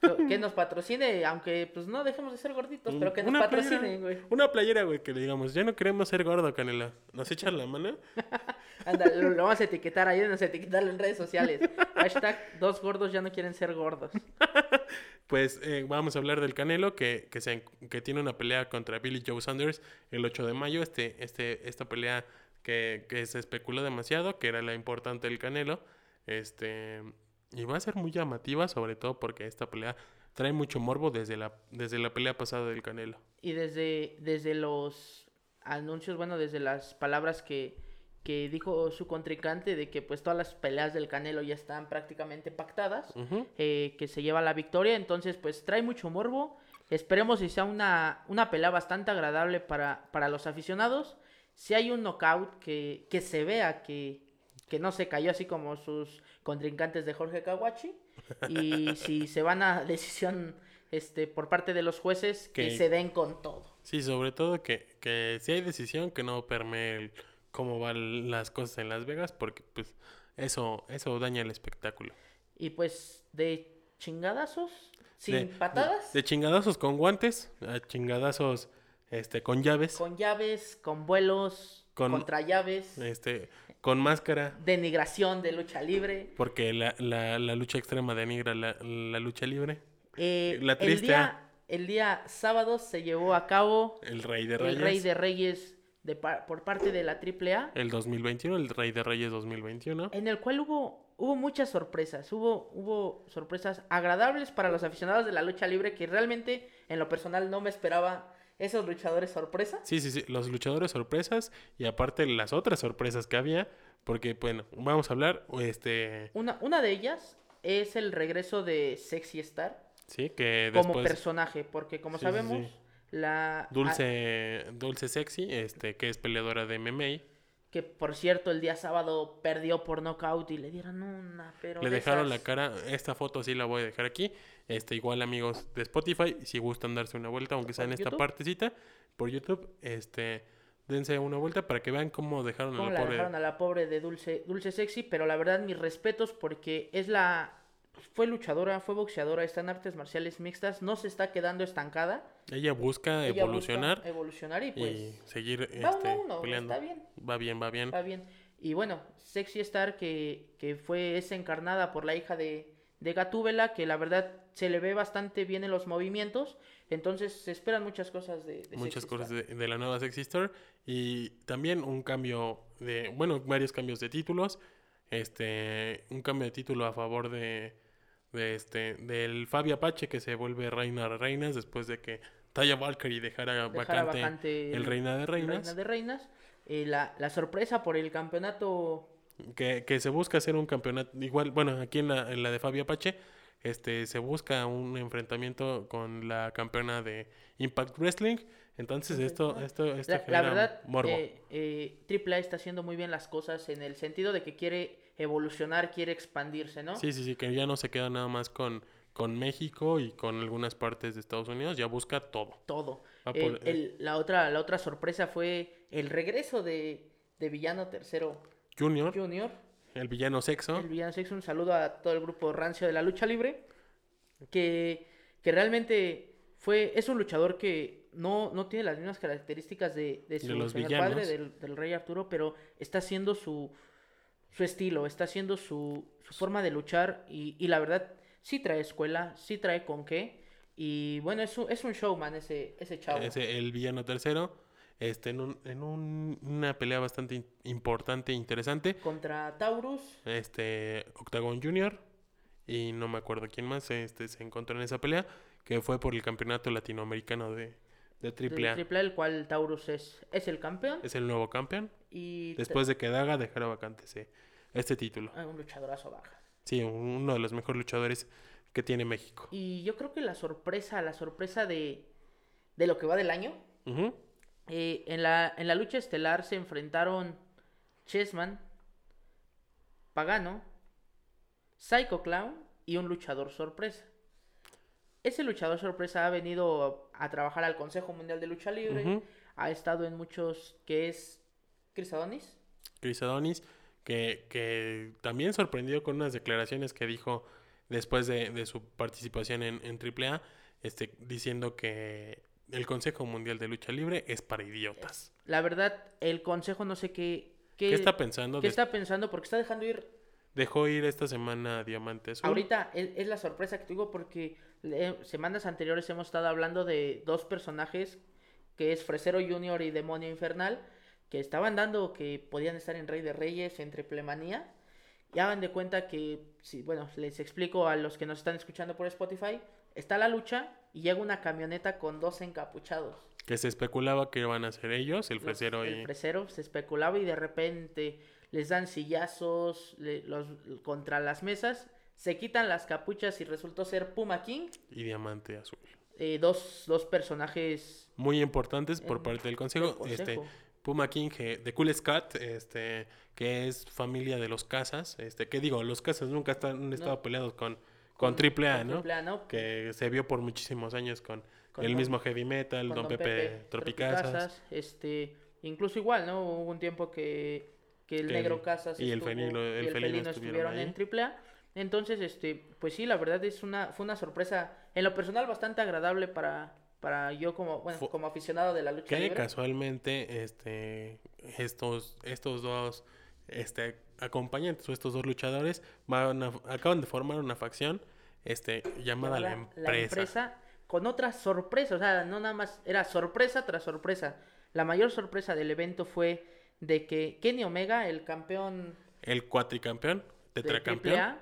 Speaker 2: Que- Que nos patrocine, aunque pues no dejemos de ser gorditos, pero que nos patrocinen,
Speaker 1: playera,
Speaker 2: güey.
Speaker 1: Una playera, güey, que le digamos, ya no queremos ser gordo, Canelo. ¿Nos echas la mano?
Speaker 2: Anda, lo, lo vamos a etiquetar, ayúdenos a etiquetarlo en redes sociales. Hashtag dos gordos ya no quieren ser gordos.
Speaker 1: Pues eh, vamos a hablar del Canelo, que, que, se, que tiene una pelea contra Billy Joe Saunders el 8 de mayo. Este, este, esta pelea que, que se especuló demasiado, que era la importante del Canelo. Este, y va a ser muy llamativa, sobre todo porque esta pelea trae mucho morbo desde la, desde la pelea pasada del Canelo.
Speaker 2: Y desde, desde los anuncios, bueno, desde las palabras que, que dijo su contrincante de que pues todas las peleas del Canelo ya están prácticamente pactadas,
Speaker 1: Ujú.
Speaker 2: eh, que se lleva la victoria, entonces pues trae mucho morbo. Esperemos que sea una, una pelea bastante agradable para, para los aficionados. Si hay un knockout que, que se vea que, que no se cayó así como sus contrincantes de Jorge Kawachi. Y si se van a decisión este, por parte de los jueces, que
Speaker 1: Que-
Speaker 2: se den con todo.
Speaker 1: Sí, sobre todo que, que si hay decisión, que no permee el- cómo van las cosas en Las Vegas, porque pues eso, eso daña el espectáculo.
Speaker 2: Y pues de chingadazos, sin
Speaker 1: de-
Speaker 2: patadas,
Speaker 1: De, de chingadazos con guantes, a chingadazos este, con llaves,
Speaker 2: con llaves, con vuelos,
Speaker 1: Con-
Speaker 2: contra llaves,
Speaker 1: este, con máscara,
Speaker 2: denigración de lucha libre.
Speaker 1: porque la, la, la lucha extrema denigra la, la lucha libre.
Speaker 2: Eh,
Speaker 1: La
Speaker 2: el,
Speaker 1: triste ¿eh?
Speaker 2: día, el día sábado se llevó a cabo
Speaker 1: El Rey de Reyes.
Speaker 2: el Rey de Reyes de par- por parte de la AAA,
Speaker 1: el 2021, el Rey de Reyes 2021.
Speaker 2: en el cual hubo, hubo muchas sorpresas, hubo, hubo sorpresas agradables para los aficionados de la lucha libre que realmente en lo personal no me esperaba esos luchadores sorpresas.
Speaker 1: Sí, sí, sí, los luchadores sorpresas y aparte las otras sorpresas que había, porque bueno, vamos a hablar, este,
Speaker 2: Una, una de ellas es el regreso de Sexy Star
Speaker 1: sí, que
Speaker 2: como ah.
Speaker 1: después...
Speaker 2: personaje, porque como
Speaker 1: Sí, sí,
Speaker 2: sabemos,
Speaker 1: sí.
Speaker 2: la...
Speaker 1: Dulce, Dulce Sexy, este, que es peleadora de MMA.
Speaker 2: a- que por cierto el día sábado perdió por knockout y le dieron una, pero...
Speaker 1: Le
Speaker 2: de
Speaker 1: dejaron
Speaker 2: esas-
Speaker 1: la cara, esta foto sí la voy a dejar aquí. Este, igual amigos de Spotify, si gustan darse una vuelta, aunque sea en
Speaker 2: ¿Por
Speaker 1: esta
Speaker 2: YouTube?
Speaker 1: partecita, por YouTube, este, dense una vuelta para que vean cómo dejaron
Speaker 2: ¿Cómo
Speaker 1: a la
Speaker 2: la
Speaker 1: pobre.
Speaker 2: dejaron a la pobre de Dulce, Dulce Sexy? Pero la verdad, mis respetos porque es la... Fue luchadora, fue boxeadora, está en artes marciales mixtas, no se está quedando estancada.
Speaker 1: Ella busca
Speaker 2: Ella busca
Speaker 1: evolucionar
Speaker 2: evolucionar y pues
Speaker 1: y seguir
Speaker 2: va uno
Speaker 1: este,
Speaker 2: a uno,
Speaker 1: peleando.
Speaker 2: está bien.
Speaker 1: Va bien, va bien.
Speaker 2: Está bien. Y bueno, Sexy Star, que, que fue es encarnada por la hija de, de Gatúbela, que la verdad se le ve bastante bien en los movimientos. Entonces se esperan muchas cosas de, de
Speaker 1: Muchas
Speaker 2: Sexy
Speaker 1: cosas
Speaker 2: Star.
Speaker 1: de, de la nueva Sexy Star y también un cambio de, bueno, varios cambios de títulos. Este, un cambio de título a favor de, de este, del Fabi Apache que se vuelve reina de reinas después de que Taya Valkyrie dejara,
Speaker 2: Dejar a
Speaker 1: vacante,
Speaker 2: vacante
Speaker 1: el reina de
Speaker 2: el
Speaker 1: reinas.
Speaker 2: Reina de Reinas. Eh, la, la sorpresa por el campeonato
Speaker 1: Que, que se busca hacer un campeonato, igual, bueno, aquí en la, en la de Fabi Apache, este, se busca un enfrentamiento con la campeona de Impact Wrestling. Entonces esto, esto, esto
Speaker 2: La, la
Speaker 1: genera
Speaker 2: verdad,
Speaker 1: morbo.
Speaker 2: eh, eh, AAA está haciendo muy bien las cosas en el sentido de que quiere evolucionar, quiere expandirse, ¿no?
Speaker 1: Sí, sí, sí, que ya no se queda nada más con, con México y con algunas partes de Estados Unidos, ya busca todo.
Speaker 2: Todo.
Speaker 1: Va eh. por-
Speaker 2: El- el- la, otra, la otra sorpresa fue el regreso de, de Villano Tercero
Speaker 1: Junior,
Speaker 2: Junior.
Speaker 1: el villano sexo.
Speaker 2: El Villano Sexo, un saludo a todo el grupo rancio de la lucha libre. Que, que realmente fue, es un luchador que no, no tiene las mismas características de, de su
Speaker 1: De los
Speaker 2: señor
Speaker 1: villanos.
Speaker 2: padre, del, del rey Arturo, pero está haciendo su, su estilo, está haciendo su, su forma de luchar. Y, y la verdad, sí trae escuela, sí trae con qué. Y bueno, es un, es un showman ese, ese chavo.
Speaker 1: Ese- el villano tercero, este, en, un- en un- una pelea bastante in- importante e interesante.
Speaker 2: Contra Taurus,
Speaker 1: Este, Octagon Junior y no me acuerdo quién más este, se encontró en esa pelea, que fue por el campeonato latinoamericano de, de
Speaker 2: del
Speaker 1: AAA.
Speaker 2: AAA, el cual Taurus es, es el campeón.
Speaker 1: Es el nuevo campeón.
Speaker 2: Y ta-
Speaker 1: Después de que Daga dejara vacante ese- este título.
Speaker 2: ah, un luchadorazo baja.
Speaker 1: Sí, uno de los mejores luchadores que tiene México.
Speaker 2: Y yo creo que la sorpresa, la sorpresa de, de lo que va del año,
Speaker 1: Ujú.
Speaker 2: eh, en, la, en la lucha estelar se enfrentaron Chessman, Pagano, Psycho Clown y un luchador sorpresa. Ese luchador sorpresa ha venido a trabajar al Consejo Mundial de Lucha Libre,
Speaker 1: Ujú.
Speaker 2: ha estado en muchos que es Chris Adonis.
Speaker 1: Chris Adonis, que, que también sorprendió con unas declaraciones que dijo después de, de su participación en, en AAA, este, diciendo que el Consejo Mundial de Lucha Libre es para idiotas.
Speaker 2: La verdad, el Consejo no sé qué...
Speaker 1: ¿Qué está pensando?
Speaker 2: qué
Speaker 1: Des-
Speaker 2: está pensando? Porque está dejando ir
Speaker 1: Dejó ir esta semana a Diamante Azul.
Speaker 2: Ahorita es, es la sorpresa que tengo porque le- semanas anteriores hemos estado hablando de dos personajes, que es Fresero Junior y Demonio Infernal, que estaban dando que podían estar en Rey de Reyes, en Triplemanía. Y hagan de cuenta que, sí, bueno, les explico a los que nos están escuchando por Spotify, está la lucha y llega una camioneta con dos encapuchados.
Speaker 1: Que se especulaba que iban a ser ellos, el
Speaker 2: Los-
Speaker 1: fresero
Speaker 2: el
Speaker 1: y...
Speaker 2: fresero se especulaba y de repente les dan sillazos le- los, contra las mesas, se quitan las capuchas y resultó ser Puma King,
Speaker 1: y Diamante Azul.
Speaker 2: eh, dos, dos personajes
Speaker 1: Muy importantes por
Speaker 2: En-
Speaker 1: parte del
Speaker 2: del
Speaker 1: Consejo. Este,
Speaker 2: consejo.
Speaker 1: Puma King, que- de Cool Scat, este, que es familia de los Casas, este, que digo, los Casas nunca están, han estado peleados con, con, Triple A,
Speaker 2: con
Speaker 1: ¿no?
Speaker 2: Triple A, ¿no?
Speaker 1: Que se vio por muchísimos años con,
Speaker 2: Con
Speaker 1: el
Speaker 2: Don-
Speaker 1: mismo heavy metal,
Speaker 2: Con
Speaker 1: Don, Pepe, Tropicazas,
Speaker 2: Tropicazas, este, incluso igual, ¿no? Hubo un tiempo que, que el
Speaker 1: Que
Speaker 2: Negro
Speaker 1: el-
Speaker 2: Casas
Speaker 1: y el Felino- el
Speaker 2: y
Speaker 1: Felino estuvieron ahí.
Speaker 2: en triple A. Entonces, este, pues sí, la verdad es una, fue una sorpresa, en lo personal bastante agradable para, para yo como, bueno,
Speaker 1: Fu-
Speaker 2: como aficionado de la lucha
Speaker 1: que
Speaker 2: libre.
Speaker 1: casualmente este, estos, estos dos este, acompañantes o estos dos luchadores van a- acaban de formar una facción este, llamada la,
Speaker 2: llamada
Speaker 1: empresa.
Speaker 2: con otra sorpresa, o sea, no nada más, era sorpresa tras sorpresa. La mayor sorpresa del evento fue de que Kenny Omega, el campeón
Speaker 1: El cuatricampeón,
Speaker 2: de
Speaker 1: tetracampeón.
Speaker 2: AAA,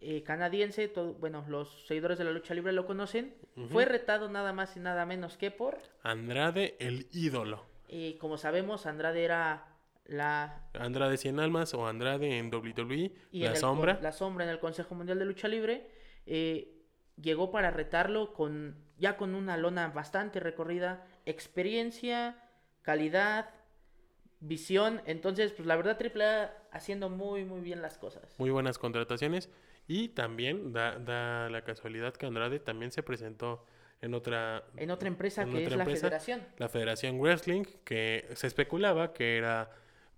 Speaker 2: eh, canadiense, todo- bueno, los seguidores de la lucha libre lo conocen, fue retado nada más y nada menos que por,
Speaker 1: Andrade, el ídolo.
Speaker 2: eh, como sabemos, Andrade era la
Speaker 1: Andrade 100 Almas o Andrade en WWE,
Speaker 2: y en
Speaker 1: La
Speaker 2: el
Speaker 1: Sombra.
Speaker 2: con- la sombra en el Consejo Mundial de Lucha Libre eh, llegó para retarlo con ya con una lona bastante recorrida experiencia calidad visión entonces pues la verdad AAA haciendo muy muy bien las cosas
Speaker 1: Muy buenas contrataciones. Y también da, da la casualidad que Andrade también se presentó en otra,
Speaker 2: en otra empresa
Speaker 1: en
Speaker 2: que
Speaker 1: otra
Speaker 2: es la
Speaker 1: empresa,
Speaker 2: Federación
Speaker 1: la Federación Wrestling, que se especulaba que era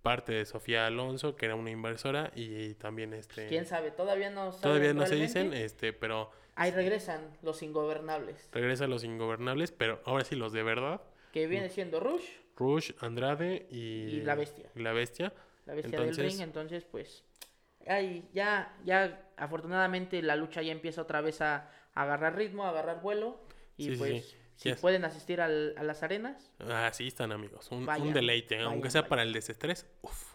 Speaker 1: parte de Sofía Alonso, que era una inversora, y también este...
Speaker 2: Pues, quién sabe todavía no saben
Speaker 1: Todavía no se
Speaker 2: realmente.
Speaker 1: dicen, este, pero
Speaker 2: ahí regresan los ingobernables
Speaker 1: regresa los ingobernables, pero ahora sí los de verdad.
Speaker 2: que viene
Speaker 1: Mm.
Speaker 2: siendo Rush
Speaker 1: Rush, Andrade y...
Speaker 2: Y la Bestia.
Speaker 1: La bestia.
Speaker 2: La bestia del
Speaker 1: Entonces-
Speaker 2: ring, entonces pues ay, ya, ya afortunadamente la lucha ya empieza otra vez a, a agarrar ritmo, a agarrar vuelo. Y
Speaker 1: Sí, sí,
Speaker 2: pues
Speaker 1: sí.
Speaker 2: si
Speaker 1: Ya es-
Speaker 2: pueden asistir al- a las arenas.
Speaker 1: Así Ah, están, amigos. Un, un
Speaker 2: Vayan,
Speaker 1: deleite, ¿eh? aunque
Speaker 2: vayan,
Speaker 1: sea
Speaker 2: vayan.
Speaker 1: para el desestrés. Uf.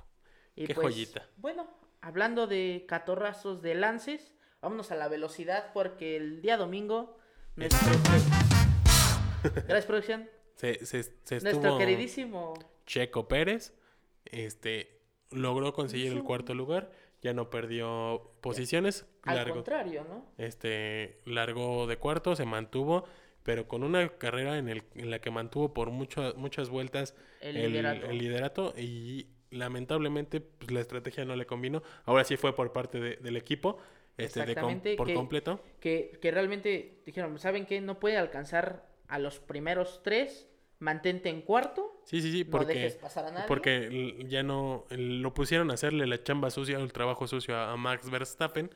Speaker 2: Y
Speaker 1: Qué
Speaker 2: pues,
Speaker 1: joyita.
Speaker 2: Bueno, hablando de catorrazos de lances, vámonos a la velocidad porque el día domingo... Nuestro... Gracias, producción.
Speaker 1: Se, se, se estuvo
Speaker 2: Nuestro queridísimo...
Speaker 1: Checo Pérez. Este logró conseguir el cuarto lugar. ya no perdió posiciones.
Speaker 2: Al
Speaker 1: largo,
Speaker 2: contrario, ¿no?
Speaker 1: este, largó de cuarto, se mantuvo, pero con una carrera en, el, en la que mantuvo por mucho- muchas vueltas
Speaker 2: El liderato.
Speaker 1: el liderato y lamentablemente pues, la estrategia no le combinó. Ahora sí fue por parte de- del equipo, este, de com-
Speaker 2: Exactamente,
Speaker 1: por
Speaker 2: que-
Speaker 1: completo.
Speaker 2: Que, que realmente dijeron, ¿saben qué? No puede alcanzar a los primeros tres, mantente en cuarto,
Speaker 1: Sí, sí, sí,
Speaker 2: no
Speaker 1: porque...
Speaker 2: dejes pasar a nadie.
Speaker 1: Porque l- ya no lo pusieron a hacerle la chamba sucia, el trabajo sucio a, a Max Verstappen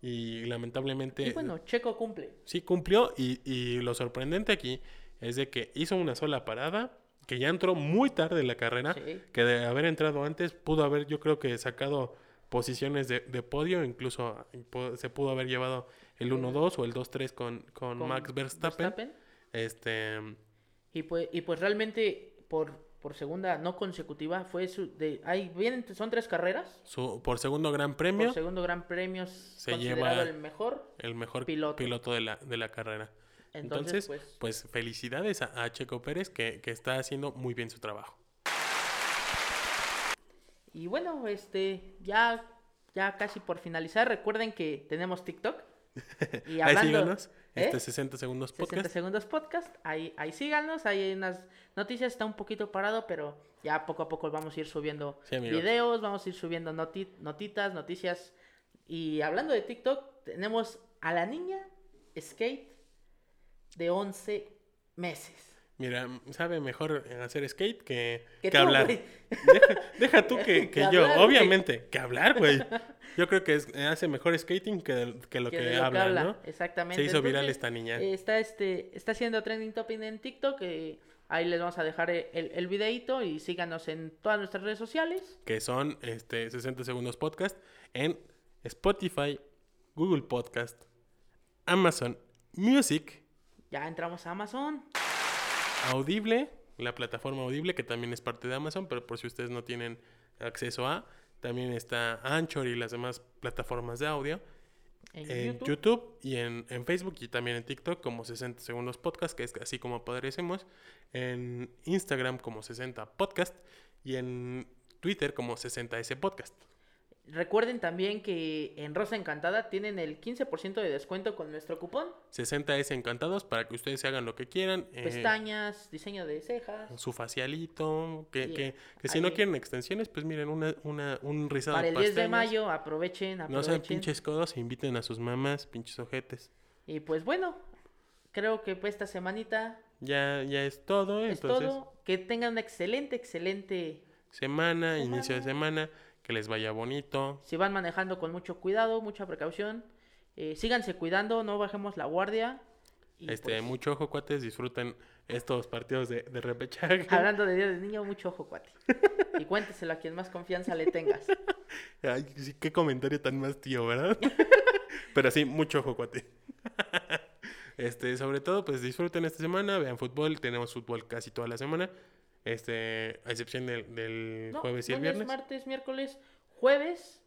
Speaker 1: y lamentablemente
Speaker 2: Y bueno, Checo cumple.
Speaker 1: sí cumplió y, y lo sorprendente aquí es de que hizo una sola parada que ya entró muy tarde en la carrera,
Speaker 2: Sí.
Speaker 1: que de haber entrado antes pudo haber yo creo que sacado posiciones de, de podio, incluso po- se pudo haber llevado el 1-2 o el 2-3 con, con,
Speaker 2: con
Speaker 1: Max Verstappen. Este,
Speaker 2: Y pues, y pues realmente por, por segunda no consecutiva fue su... De, ahí vienen, son tres carreras.
Speaker 1: su, por segundo gran premio,
Speaker 2: Por segundo gran premio es
Speaker 1: Se
Speaker 2: considerado
Speaker 1: lleva-
Speaker 2: el mejor.
Speaker 1: el mejor
Speaker 2: Piloto.
Speaker 1: piloto, de, la, de la carrera.
Speaker 2: Entonces,
Speaker 1: Entonces,
Speaker 2: pues-
Speaker 1: pues, felicidades a, a Checo Pérez que, que está haciendo muy bien su trabajo.
Speaker 2: Y bueno, este, ya, ya casi por finalizar, recuerden que tenemos TikTok. Y
Speaker 1: Ahí síganos,
Speaker 2: ¿eh?
Speaker 1: este 60 segundos
Speaker 2: 60
Speaker 1: podcast.
Speaker 2: segundos podcast, ahí, ahí síganos, ahí hay unas noticias, está un poquito parado, pero ya poco a poco vamos a ir subiendo
Speaker 1: Sí, amigos.
Speaker 2: videos, vamos a ir subiendo noti- notitas, noticias. Y hablando de TikTok, tenemos a la niña skate de 11 meses.
Speaker 1: Mira, sabe mejor hacer skate que, que,
Speaker 2: Que tú,
Speaker 1: hablar.
Speaker 2: güey.
Speaker 1: Deja, deja tú que,
Speaker 2: Que
Speaker 1: que yo,
Speaker 2: hablar, güey.
Speaker 1: obviamente, que hablar, güey. Yo creo que es- hace mejor skating que, que lo que,
Speaker 2: de
Speaker 1: habla, ¿no?
Speaker 2: Exactamente.
Speaker 1: Se hizo viral
Speaker 2: Entonces,
Speaker 1: esta niña.
Speaker 2: eh, Está este, está haciendo trending topic en TikTok. eh, ahí les vamos a dejar eh, el, el videito y síganos en todas nuestras redes sociales.
Speaker 1: que son este 60 segundos podcast en Spotify, Google Podcast, Amazon Music,
Speaker 2: Ya entramos a Amazon.
Speaker 1: Audible, la plataforma Audible que también es parte de Amazon, pero por si ustedes no tienen acceso a, también está Anchor y las demás plataformas de audio
Speaker 2: En,
Speaker 1: en
Speaker 2: YouTube.
Speaker 1: YouTube, y en, en Facebook y también en TikTok como 60 segundos podcast, que es así como aparecemos, en Instagram como 60 podcast y en Twitter como 60s podcast.
Speaker 2: Recuerden también que en Rosa Encantada tienen el 15% de descuento con nuestro cupón.
Speaker 1: 60S encantados para que ustedes se hagan lo que quieran. eh,
Speaker 2: Pues Pestañas, diseño de cejas.
Speaker 1: su facialito, que,
Speaker 2: Sí,
Speaker 1: que, que si no
Speaker 2: ahí.
Speaker 1: quieren extensiones, pues miren, una, una, un rizado
Speaker 2: Para
Speaker 1: de
Speaker 2: el 10 de
Speaker 1: pestañas.
Speaker 2: mayo, aprovechen,
Speaker 1: No sean
Speaker 2: aprovechen.
Speaker 1: pinches codos, e inviten a sus mamás, pinches ojetes.
Speaker 2: y pues bueno, creo que pues esta semanita
Speaker 1: Ya, ya es todo,
Speaker 2: es
Speaker 1: entonces,
Speaker 2: todo. Que tengan una excelente, excelente
Speaker 1: semana, inicio de semana, que les vaya bonito.
Speaker 2: Si van manejando con mucho cuidado, mucha precaución. eh, síganse cuidando, no bajemos la guardia. y,
Speaker 1: este,
Speaker 2: pues,
Speaker 1: mucho ojo, cuates, disfruten estos partidos de, de repechaje.
Speaker 2: Hablando de Día del Niño, mucho ojo, cuate. Y cuénteselo a quien más confianza le tengas.
Speaker 1: Ay, sí, qué comentario tan más tío, ¿verdad? Pero sí, mucho ojo, cuate. Este, sobre todo, pues disfruten esta semana, vean fútbol, tenemos fútbol casi toda la semana. Este, a excepción del, del
Speaker 2: No,
Speaker 1: jueves y el
Speaker 2: lunes,
Speaker 1: viernes
Speaker 2: martes, miércoles, jueves.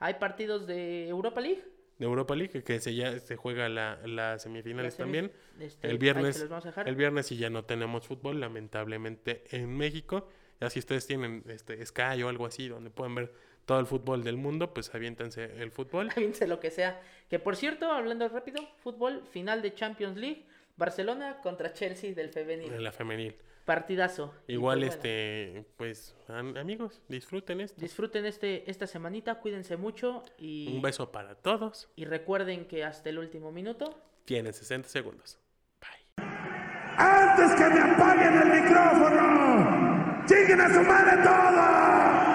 Speaker 2: Hay partidos de Europa League.
Speaker 1: de Europa League, que se ya se juega la, las semifinales
Speaker 2: Las semis-
Speaker 1: también.
Speaker 2: este, ahí
Speaker 1: el
Speaker 2: se
Speaker 1: viernes,
Speaker 2: los vamos a dejar.
Speaker 1: el viernes y ya no tenemos fútbol, lamentablemente, en México. Ya si ustedes tienen este Sky o algo así, donde pueden ver todo el fútbol del mundo, pues aviéntense el fútbol.
Speaker 2: Aviéntense lo que sea. Que por cierto, hablando rápido, fútbol, final de Champions League. Barcelona contra Chelsea del
Speaker 1: En
Speaker 2: femenil.
Speaker 1: la femenil.
Speaker 2: Partidazo. Y,
Speaker 1: Igual,
Speaker 2: pues, bueno.
Speaker 1: este, pues, am- amigos, disfruten esto.
Speaker 2: Disfruten este, esta semanita, cuídense mucho y,
Speaker 1: Un beso para todos.
Speaker 2: y recuerden que hasta el último minuto
Speaker 1: Tienen 60 segundos. Bye.
Speaker 4: antes que me apaguen el micrófono. Lleguen a su madre todos!